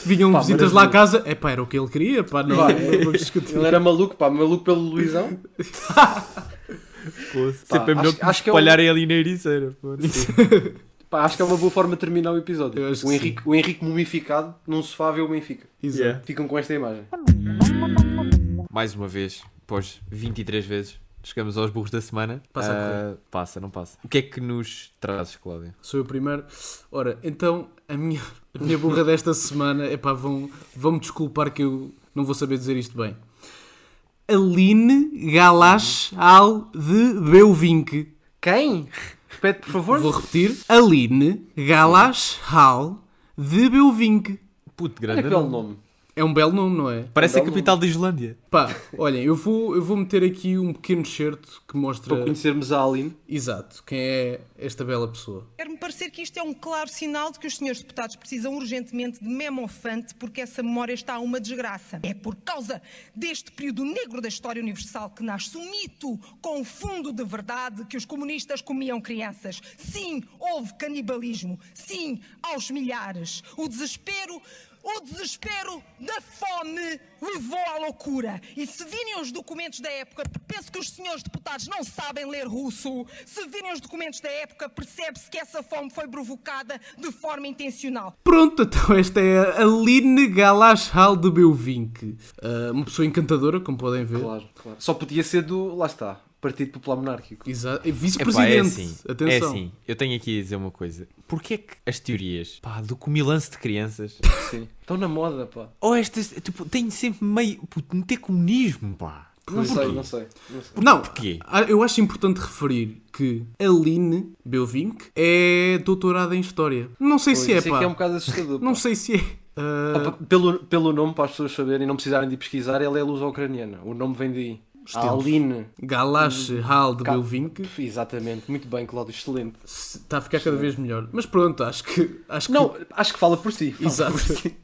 Speaker 4: Vinham
Speaker 3: Pá,
Speaker 4: visitas lá à casa, é pá, era o que ele queria, pá, não,
Speaker 3: Pá,
Speaker 4: não vamos discutir.
Speaker 3: Ele era maluco, pá, maluco pelo Luizão.
Speaker 2: Pô, Sempre é
Speaker 3: acho-
Speaker 2: melhor que
Speaker 3: acho que é
Speaker 2: espalharem ali na ericeira. pô.
Speaker 3: Pá, acho que é uma boa forma de terminar o episódio.
Speaker 4: Eu acho
Speaker 3: O
Speaker 4: que
Speaker 3: Henrique, o Henrique mumificado num sofá vê o Benfica.
Speaker 4: Exato.
Speaker 2: Yeah.
Speaker 3: Ficam com esta imagem.
Speaker 2: Mais uma vez, após 23 vezes, chegamos aos burros da semana.
Speaker 4: Passa a
Speaker 2: Ah, Passa, não passa. O que é que nos trazes, Cláudio?
Speaker 4: Sou eu primeiro. Ora, então a minha, a minha burra desta semana, epá, vão, vão-me desculpar que eu não vou saber dizer isto bem. Aline Galache Al de Beuvinck.
Speaker 3: Quem? Repete, por favor.
Speaker 4: Vou repetir. Aline Galache Al de Beuvinck.
Speaker 2: Puto,
Speaker 3: Olha
Speaker 2: grande.
Speaker 3: que belo
Speaker 2: nome.
Speaker 3: nome.
Speaker 4: É um belo nome, não é?
Speaker 2: Parece a
Speaker 3: Belo
Speaker 2: capital da Islândia.
Speaker 4: Pá, olhem, eu vou, eu vou meter aqui um pequeno excerto que
Speaker 3: Para
Speaker 4: mostra
Speaker 3: conhecermos a Aline.
Speaker 4: exato quem é esta bela pessoa.
Speaker 5: Quer-me parecer que isto é um claro sinal de que os senhores deputados precisam urgentemente de memofante porque essa memória está a uma desgraça. É por causa deste período negro da história universal que nasce um mito com fundo de verdade que os comunistas comiam crianças. Sim, houve canibalismo. Sim, aos milhares. O desespero o desespero da fome levou à loucura. E se virem os documentos da época, penso que os senhores deputados não sabem ler russo. Se virem os documentos da época, percebe-se que essa fome foi provocada de forma intencional.
Speaker 4: Pronto, então esta é a Aline Galachal de Beuvinck. Ah, uma pessoa encantadora, como podem ver.
Speaker 3: Claro, claro. Só podia ser do. Lá está. Partido Popular Monárquico.
Speaker 4: Exato. É
Speaker 2: Epá,
Speaker 4: Vice-presidente.
Speaker 2: é assim, é
Speaker 4: Atenção.
Speaker 2: assim. Eu tenho aqui a dizer uma coisa. Porquê é que as teorias pá, do comilance de crianças
Speaker 3: Sim. Estão na moda, pá.
Speaker 4: Oh,
Speaker 2: ou estas, tipo, têm sempre meio. Puto, não ter comunismo, pá.
Speaker 3: Não sei,
Speaker 2: Porquê?
Speaker 3: não sei, não sei.
Speaker 4: Não,
Speaker 2: Porquê?
Speaker 4: ah, eu acho importante referir que Aline Beuvinck é doutorada em História. Não sei
Speaker 3: Pois,
Speaker 4: se é,
Speaker 3: isso é
Speaker 4: pá.
Speaker 3: que é um bocado assustador.
Speaker 4: Não
Speaker 3: pá.
Speaker 4: sei se é. Ah,
Speaker 3: P- Pelo, pelo nome, para as pessoas saberem e não precisarem de ir pesquisar, ela é luso-ucraniana. O nome vem daí.
Speaker 4: Estilo.
Speaker 3: A Aline.
Speaker 4: Galache Hal de
Speaker 3: Ca-
Speaker 4: Belvink
Speaker 3: Exatamente. Muito bem, Cláudio. Excelente.
Speaker 4: está tá a ficar cada vez melhor. Mas pronto, acho que. Acho que
Speaker 3: Não, acho que fala por si. Fala
Speaker 4: Exato.
Speaker 3: Por si.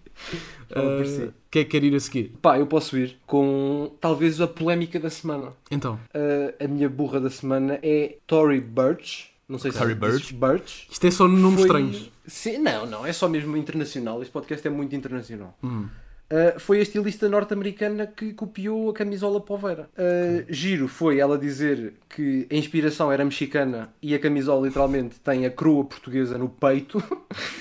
Speaker 3: Fala por si.
Speaker 4: ah, quem é que quer ir a seguir?
Speaker 3: Pá, eu posso ir com talvez a polémica da semana.
Speaker 4: Então,
Speaker 3: Ah, a minha burra da semana é Tory Burch. Não sei
Speaker 2: Tory
Speaker 3: se dizes Burch.
Speaker 4: isto é só nomes
Speaker 3: Foi-
Speaker 4: estranhos.
Speaker 3: Sim, não, não, é só mesmo internacional. Este podcast é muito internacional.
Speaker 4: Hum.
Speaker 3: Uh, foi a estilista norte-americana que copiou a camisola poveira. Uh, Giro foi ela dizer que a inspiração era mexicana e a camisola literalmente tem a crua portuguesa no peito.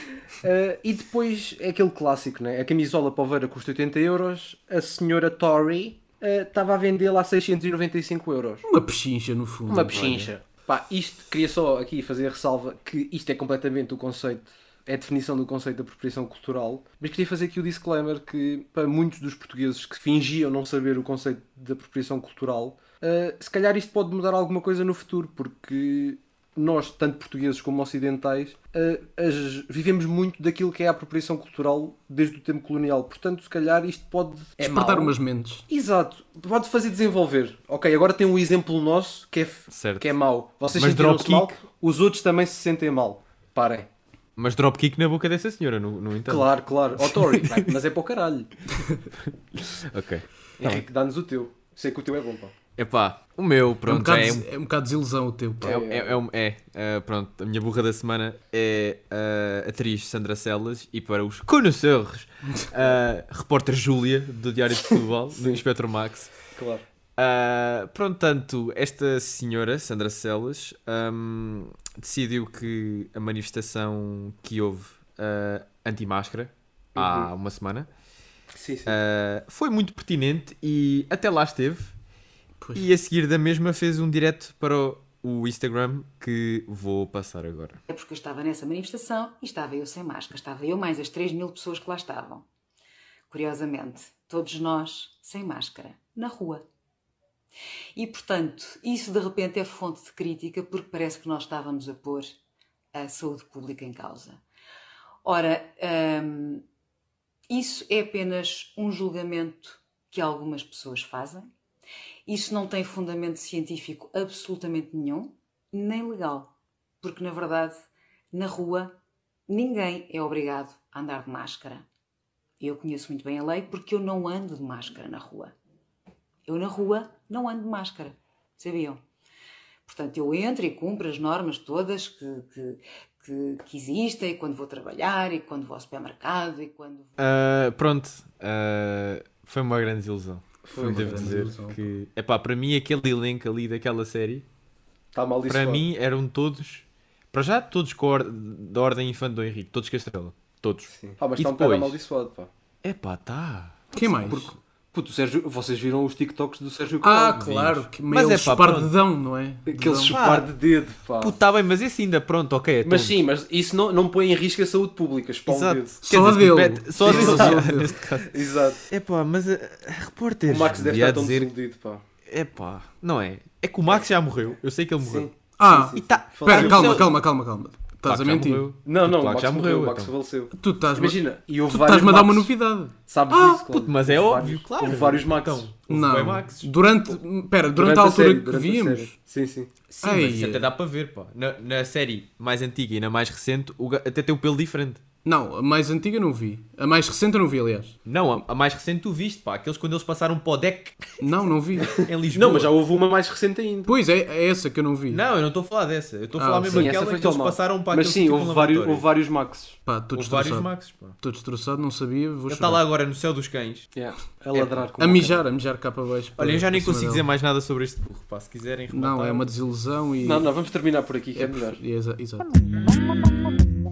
Speaker 3: Uh, e depois é aquele clássico, né? A camisola poveira custa 80 euros, a senhora Tory uh, estava a vendê-la a 695 euros.
Speaker 4: Uma pechincha, no fundo.
Speaker 3: Uma pechincha. Pá, isto, queria só aqui fazer a ressalva que isto é completamente o conceito, é a definição do conceito de apropriação cultural, mas queria fazer aqui o disclaimer que para muitos dos portugueses que fingiam não saber o conceito de apropriação cultural, eh, se calhar isto pode mudar alguma coisa no futuro, porque nós, tanto portugueses como ocidentais, eh, as- vivemos muito daquilo que é a apropriação cultural desde o tempo colonial. Portanto, se calhar isto pode... É
Speaker 4: Despertar
Speaker 3: mau.
Speaker 4: umas mentes.
Speaker 3: Exato, pode fazer desenvolver. Ok, agora tem um exemplo nosso que é, f-
Speaker 2: Certo.
Speaker 3: que é mau. Vocês
Speaker 2: Mas
Speaker 3: sentiram-se mal,
Speaker 2: dropkick?
Speaker 3: os outros também se sentem mal. Parem.
Speaker 2: Mas dropkick na boca dessa senhora, no, no entanto.
Speaker 3: Claro, claro. Ó Tori, vai, mas é para o caralho.
Speaker 2: Ok.
Speaker 3: Henrique, dá-nos o teu. Sei que o teu é bom, pá.
Speaker 2: Epá, o meu,
Speaker 4: É um,
Speaker 2: pronto,
Speaker 4: bocado,
Speaker 2: já é um
Speaker 4: des- é um bocado desilusão o teu, pá.
Speaker 2: É, é, é um- é, ah, pronto, a minha burra da semana é a atriz Sandra Celas e para os conhecedores, a repórter Júlia, do Diário de Futebol, do Inspector Max.
Speaker 3: Claro.
Speaker 2: Ah, pronto, tanto, esta senhora, Sandra Celas, ahm, decidiu que a manifestação que houve ah, anti-máscara
Speaker 4: Uhum.
Speaker 2: há uma semana
Speaker 3: Sim, sim.
Speaker 2: ah, foi muito pertinente e até lá esteve.
Speaker 4: Pois.
Speaker 2: E a seguir da mesma fez um direto para o, o Instagram que vou passar agora.
Speaker 6: É porque eu estava nessa manifestação e estava eu sem máscara. Estava eu mais as 3 mil pessoas que lá estavam. Curiosamente, todos nós sem máscara, na rua. E, portanto, isso de repente é fonte de crítica porque parece que nós estávamos a pôr a saúde pública em causa. Ora, hum, isso é apenas um julgamento que algumas pessoas fazem. Isso não tem fundamento científico absolutamente nenhum, nem legal porque na verdade, na rua, ninguém é obrigado a andar de máscara. Eu conheço muito bem a lei porque eu não ando de máscara na rua. Eu na rua não ando de máscara, sabiam? Portanto, eu entro e cumpro as normas todas que, que, que, que existem quando vou trabalhar e quando vou ao supermercado e quando vou...
Speaker 2: Ah, pronto, ah, foi uma grande ilusão. Foi
Speaker 4: uma
Speaker 2: devo
Speaker 4: grande
Speaker 2: dizer
Speaker 4: desilusão.
Speaker 2: que, epá, para mim aquele elenco ali daquela série,
Speaker 3: Está Tá mal
Speaker 2: para mim eram todos, para já todos com or- da ordem infante do Henrique, todos Castelo, todos.
Speaker 3: Pá, mas
Speaker 2: e
Speaker 3: está um bocado
Speaker 2: depois,
Speaker 3: amaldiçoado, pá.
Speaker 2: epá, tá.
Speaker 4: Quem mais?
Speaker 3: Puto, o Sérgio, vocês viram os TikToks do Sérgio
Speaker 4: Ah,
Speaker 3: Coelho?
Speaker 4: claro, que
Speaker 2: Mas
Speaker 4: meio
Speaker 2: é
Speaker 4: é,
Speaker 2: pá, pronto.
Speaker 4: espardedão, não é?
Speaker 3: Aquele
Speaker 4: Dedão.
Speaker 3: chupar de dedo, pá.
Speaker 2: Puta, tá bem, mas esse ainda, pronto, ok. é
Speaker 3: Mas
Speaker 2: todo.
Speaker 3: sim, mas isso não, não põe em risco a saúde pública, espalha um
Speaker 2: Exato.
Speaker 3: dedo.
Speaker 2: Quer
Speaker 4: Só
Speaker 2: dizer,
Speaker 4: dele.
Speaker 2: pede- Só
Speaker 4: Sim,
Speaker 2: dele,
Speaker 4: só dele.
Speaker 2: neste caso.
Speaker 3: Exato.
Speaker 2: Epá, mas a, a repórter
Speaker 3: O Max deve
Speaker 2: devia
Speaker 3: estar tão
Speaker 2: dizer
Speaker 3: desiludido, pá.
Speaker 2: Epá, não é? É que o Max já morreu. Eu sei que ele morreu.
Speaker 3: Sim.
Speaker 4: Ah,
Speaker 3: Sim, sim,
Speaker 2: E tá-
Speaker 3: sim. Faleceu.
Speaker 4: pera, calma, calma, calma, calma. Estás a
Speaker 2: já
Speaker 4: mentir.
Speaker 2: morreu.
Speaker 3: Não,
Speaker 2: Claro
Speaker 3: não, o
Speaker 2: que
Speaker 3: Max
Speaker 2: já
Speaker 3: morreu, o
Speaker 2: morreu,
Speaker 3: Max
Speaker 2: então.
Speaker 3: faleceu.
Speaker 4: Tu estás
Speaker 3: Imagina, e houve vários
Speaker 4: Estás-me a dar uma
Speaker 3: Max.
Speaker 4: novidade.
Speaker 3: Sabes
Speaker 4: Ah,
Speaker 3: disso, claro.
Speaker 2: Puto, mas é
Speaker 3: Houve
Speaker 2: óbvio,
Speaker 3: vários-
Speaker 2: claro.
Speaker 3: Houve vários Max.
Speaker 2: Então, houve bué
Speaker 4: Não.
Speaker 2: Max.
Speaker 4: Durante, pera, durante, a altura
Speaker 3: série,
Speaker 4: que
Speaker 3: durante a
Speaker 4: víamos.
Speaker 3: série. Sim, sim.
Speaker 2: Sim,
Speaker 4: Ai,
Speaker 2: mas isso é até dá para ver, pá. Na, na série mais antiga e na mais recente, o ga- até tem um pelo diferente.
Speaker 4: Não, a mais antiga não vi. A mais recente eu não vi, aliás.
Speaker 2: Não, a, a mais recente tu viste, pá. Aqueles quando eles passaram para o deck
Speaker 4: Não, não vi.
Speaker 2: em Lisboa.
Speaker 3: Não, mas já houve uma mais recente ainda.
Speaker 4: Pois é, é essa que eu não vi.
Speaker 2: Não, eu não estou a falar dessa. Eu estou a
Speaker 4: Ah,
Speaker 2: falar mesmo
Speaker 3: Sim, essa
Speaker 2: aquela
Speaker 3: foi
Speaker 2: em que eles
Speaker 3: tão má.
Speaker 2: passaram para
Speaker 3: Mas
Speaker 2: aqueles
Speaker 3: sim,
Speaker 2: que
Speaker 3: houve
Speaker 2: ficam no
Speaker 3: vários,
Speaker 2: laboratório.
Speaker 3: houve vários Max.
Speaker 4: Pá, estou
Speaker 2: Houve vários
Speaker 4: destroçado.
Speaker 2: Max, pá.
Speaker 4: Estou destroçado, não sabia. Vou
Speaker 2: Ele está
Speaker 4: chorar.
Speaker 2: lá agora no céu dos cães.
Speaker 3: Yeah. É, A ladrar com
Speaker 4: A mijar, a mijar cá para baixo.
Speaker 2: Olha, eu já
Speaker 3: é
Speaker 2: nem consigo dizer
Speaker 4: mais.
Speaker 2: mais nada sobre este burro, pá. Se quiserem
Speaker 4: Não,
Speaker 2: remontar.
Speaker 4: é uma desilusão e.
Speaker 3: Não, não, vamos terminar por aqui, que é,
Speaker 4: É,
Speaker 3: melhor.
Speaker 4: prefer- exa- Exato.
Speaker 2: Tá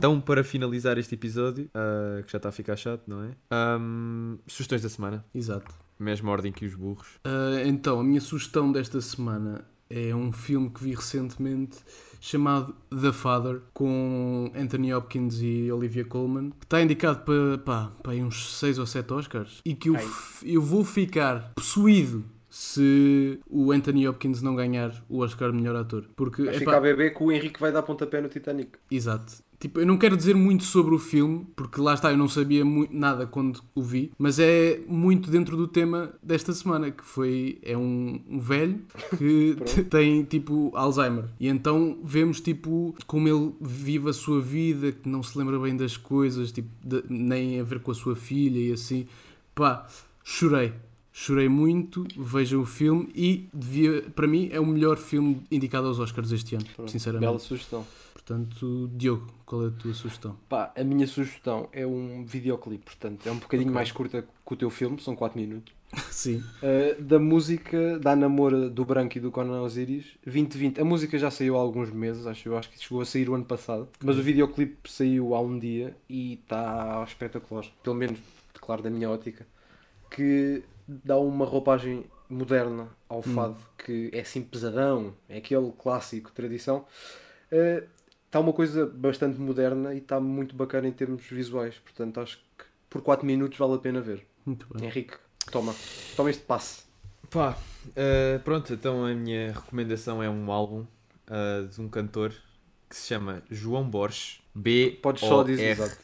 Speaker 2: Então, para finalizar este episódio, ah, que já está a ficar chato, não é? Ahm, sugestões da semana.
Speaker 4: exato.
Speaker 2: Mesma ordem que os burros.
Speaker 4: Ah, então, a minha sugestão desta semana é um filme que vi recentemente chamado The Father, com Anthony Hopkins e Olivia Colman, que está indicado para, pá, para aí uns 6 ou 7 Oscars, e que eu, f- eu vou ficar possuído se o Anthony Hopkins não ganhar o Oscar de melhor ator. Porque,
Speaker 3: Vai
Speaker 4: epá,
Speaker 3: ficar a bebê que o Henrique vai dar pontapé no Titanic.
Speaker 4: Exato. Tipo, eu não quero dizer muito sobre o filme, porque lá está, eu não sabia muito, nada quando o vi, mas é muito dentro do tema desta semana, que foi, é um, um velho que te- tem, tipo, Alzheimer. E então vemos, tipo, como ele vive a sua vida, que não se lembra bem das coisas, tipo, de- nem a ver com a sua filha e assim. Pá, chorei. Chorei muito, vejam o filme e devia, para mim é o melhor filme indicado aos Oscars este ano, sinceramente.
Speaker 3: Bela sugestão.
Speaker 4: Portanto, Diogo, qual é a tua sugestão?
Speaker 3: Pá, a minha sugestão é um videoclipe, portanto, é um bocadinho mais curta que o teu filme, são 4 minutos.
Speaker 4: Sim.
Speaker 3: Uh, da música da Namora do Branco e do Conan Osiris 2020. A música já saiu há alguns meses, acho eu, acho que chegou a sair o ano passado, mas o videoclipe saiu há um dia e está espetacular, pelo menos, claro, da minha ótica, que dá uma roupagem moderna ao fado, que é assim pesadão, é aquele clássico, tradição. Uh, Está uma coisa bastante moderna e está muito bacana em termos visuais, portanto acho que por 4 minutos vale a pena ver.
Speaker 4: Muito bem.
Speaker 3: Henrique, toma. Toma este passe.
Speaker 2: Pá, ah, pronto, então a minha recomendação é um álbum ah, de um cantor que se chama João Borges. B
Speaker 3: Podes
Speaker 2: O
Speaker 3: só dizer.
Speaker 2: R
Speaker 3: Exato.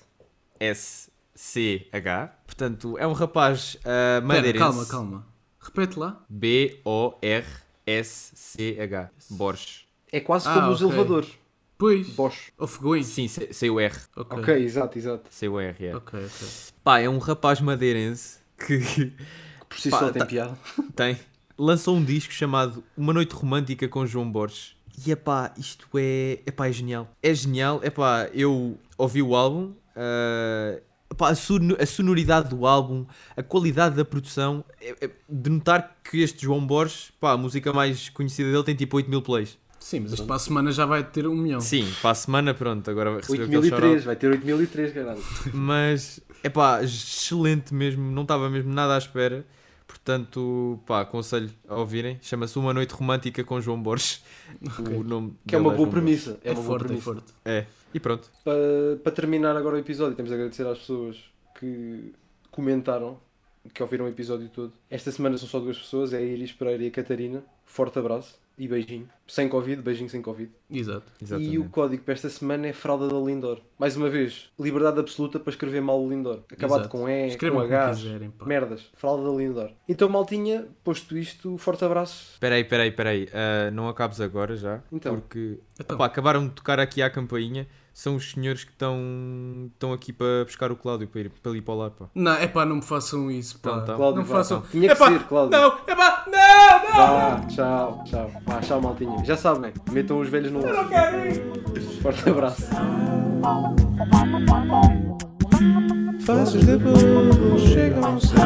Speaker 2: S-C-H. Portanto, é um rapaz ah,
Speaker 4: Pera,
Speaker 2: madeirense.
Speaker 4: calma, calma. Repete lá.
Speaker 2: B-O-R-S-C-H. Borges.
Speaker 3: É quase
Speaker 4: Ah,
Speaker 3: como os
Speaker 4: ok.
Speaker 3: elevadores.
Speaker 4: Pois.
Speaker 3: Bosch.
Speaker 4: Ofegões.
Speaker 2: Sim, sei sei o R.
Speaker 4: Ok.
Speaker 3: Ok, exato, exato.
Speaker 2: Sei o R, é.
Speaker 4: Ok, ok.
Speaker 2: Pá, é um rapaz madeirense que
Speaker 3: Por si
Speaker 2: Pá,
Speaker 3: só tem
Speaker 2: tá-
Speaker 3: piada.
Speaker 2: tem. Lançou um disco chamado Uma Noite Romântica com João Borges. E epá, isto é. Epá, é genial. É genial. Epá, eu ouvi o álbum. ah, epá, a, sono- a sonoridade do álbum, a qualidade da produção. É, é de notar que este João Borges, pá, a música mais conhecida dele tem tipo 8 mil plays.
Speaker 4: Sim, mas isto para a semana já vai ter um milhão.
Speaker 2: Sim, para a semana, pronto, agora recebeu aquele shout
Speaker 3: 8003, vai ter 8003, caralho.
Speaker 2: Mas, é pá, excelente mesmo, não estava mesmo nada à espera. Portanto, pá, aconselho a ouvirem. Chama-se Uma Noite Romântica com João Borges. O nome
Speaker 3: Que é uma
Speaker 2: dele João
Speaker 3: boa premissa. É,
Speaker 4: É,
Speaker 3: uma boa
Speaker 4: forte, é
Speaker 3: premissa.
Speaker 4: forte.
Speaker 2: Borges. É, e pronto.
Speaker 3: Para, para terminar agora o episódio, temos de agradecer às pessoas que comentaram, que ouviram o episódio todo. Esta semana são só duas pessoas, é a Iris Pereira e a Catarina. Forte abraço e beijinho. Sem Covid, beijinho sem Covid.
Speaker 4: Exato.
Speaker 2: Exatamente.
Speaker 3: E o código para esta semana é fralda da Lindor. Mais uma vez, liberdade absoluta para escrever mal o Lindor. Acabado
Speaker 4: Exato.
Speaker 3: com E,
Speaker 4: Escrevam
Speaker 3: com
Speaker 4: como
Speaker 3: H,
Speaker 4: quiserem, pá.
Speaker 3: merdas. Fralda da Lindor. Então, maltinha, posto isto, forte abraço.
Speaker 2: Espera aí, espera aí, espera aí. Ah, não acabes agora já.
Speaker 3: Então.
Speaker 2: Porque
Speaker 4: Então.
Speaker 2: pá, acabaram de tocar aqui à campainha. São os senhores que estão estão aqui para buscar o Cláudio para ir para ali para o lar, pá.
Speaker 4: Não, é pá, não me façam isso, pá.
Speaker 2: Então, tá.
Speaker 3: Cláudio,
Speaker 4: não
Speaker 3: vá,
Speaker 4: façam.
Speaker 3: então. Tinha que
Speaker 4: Epá,
Speaker 3: ser, Cláudio.
Speaker 4: Não, é pá, não, não.
Speaker 3: Vá, tchau, tchau. Vá, tchau, maltinha. Já sabem, metam os velhos no laço. Forte abraço.
Speaker 1: Faces de bolo chegam ao céu.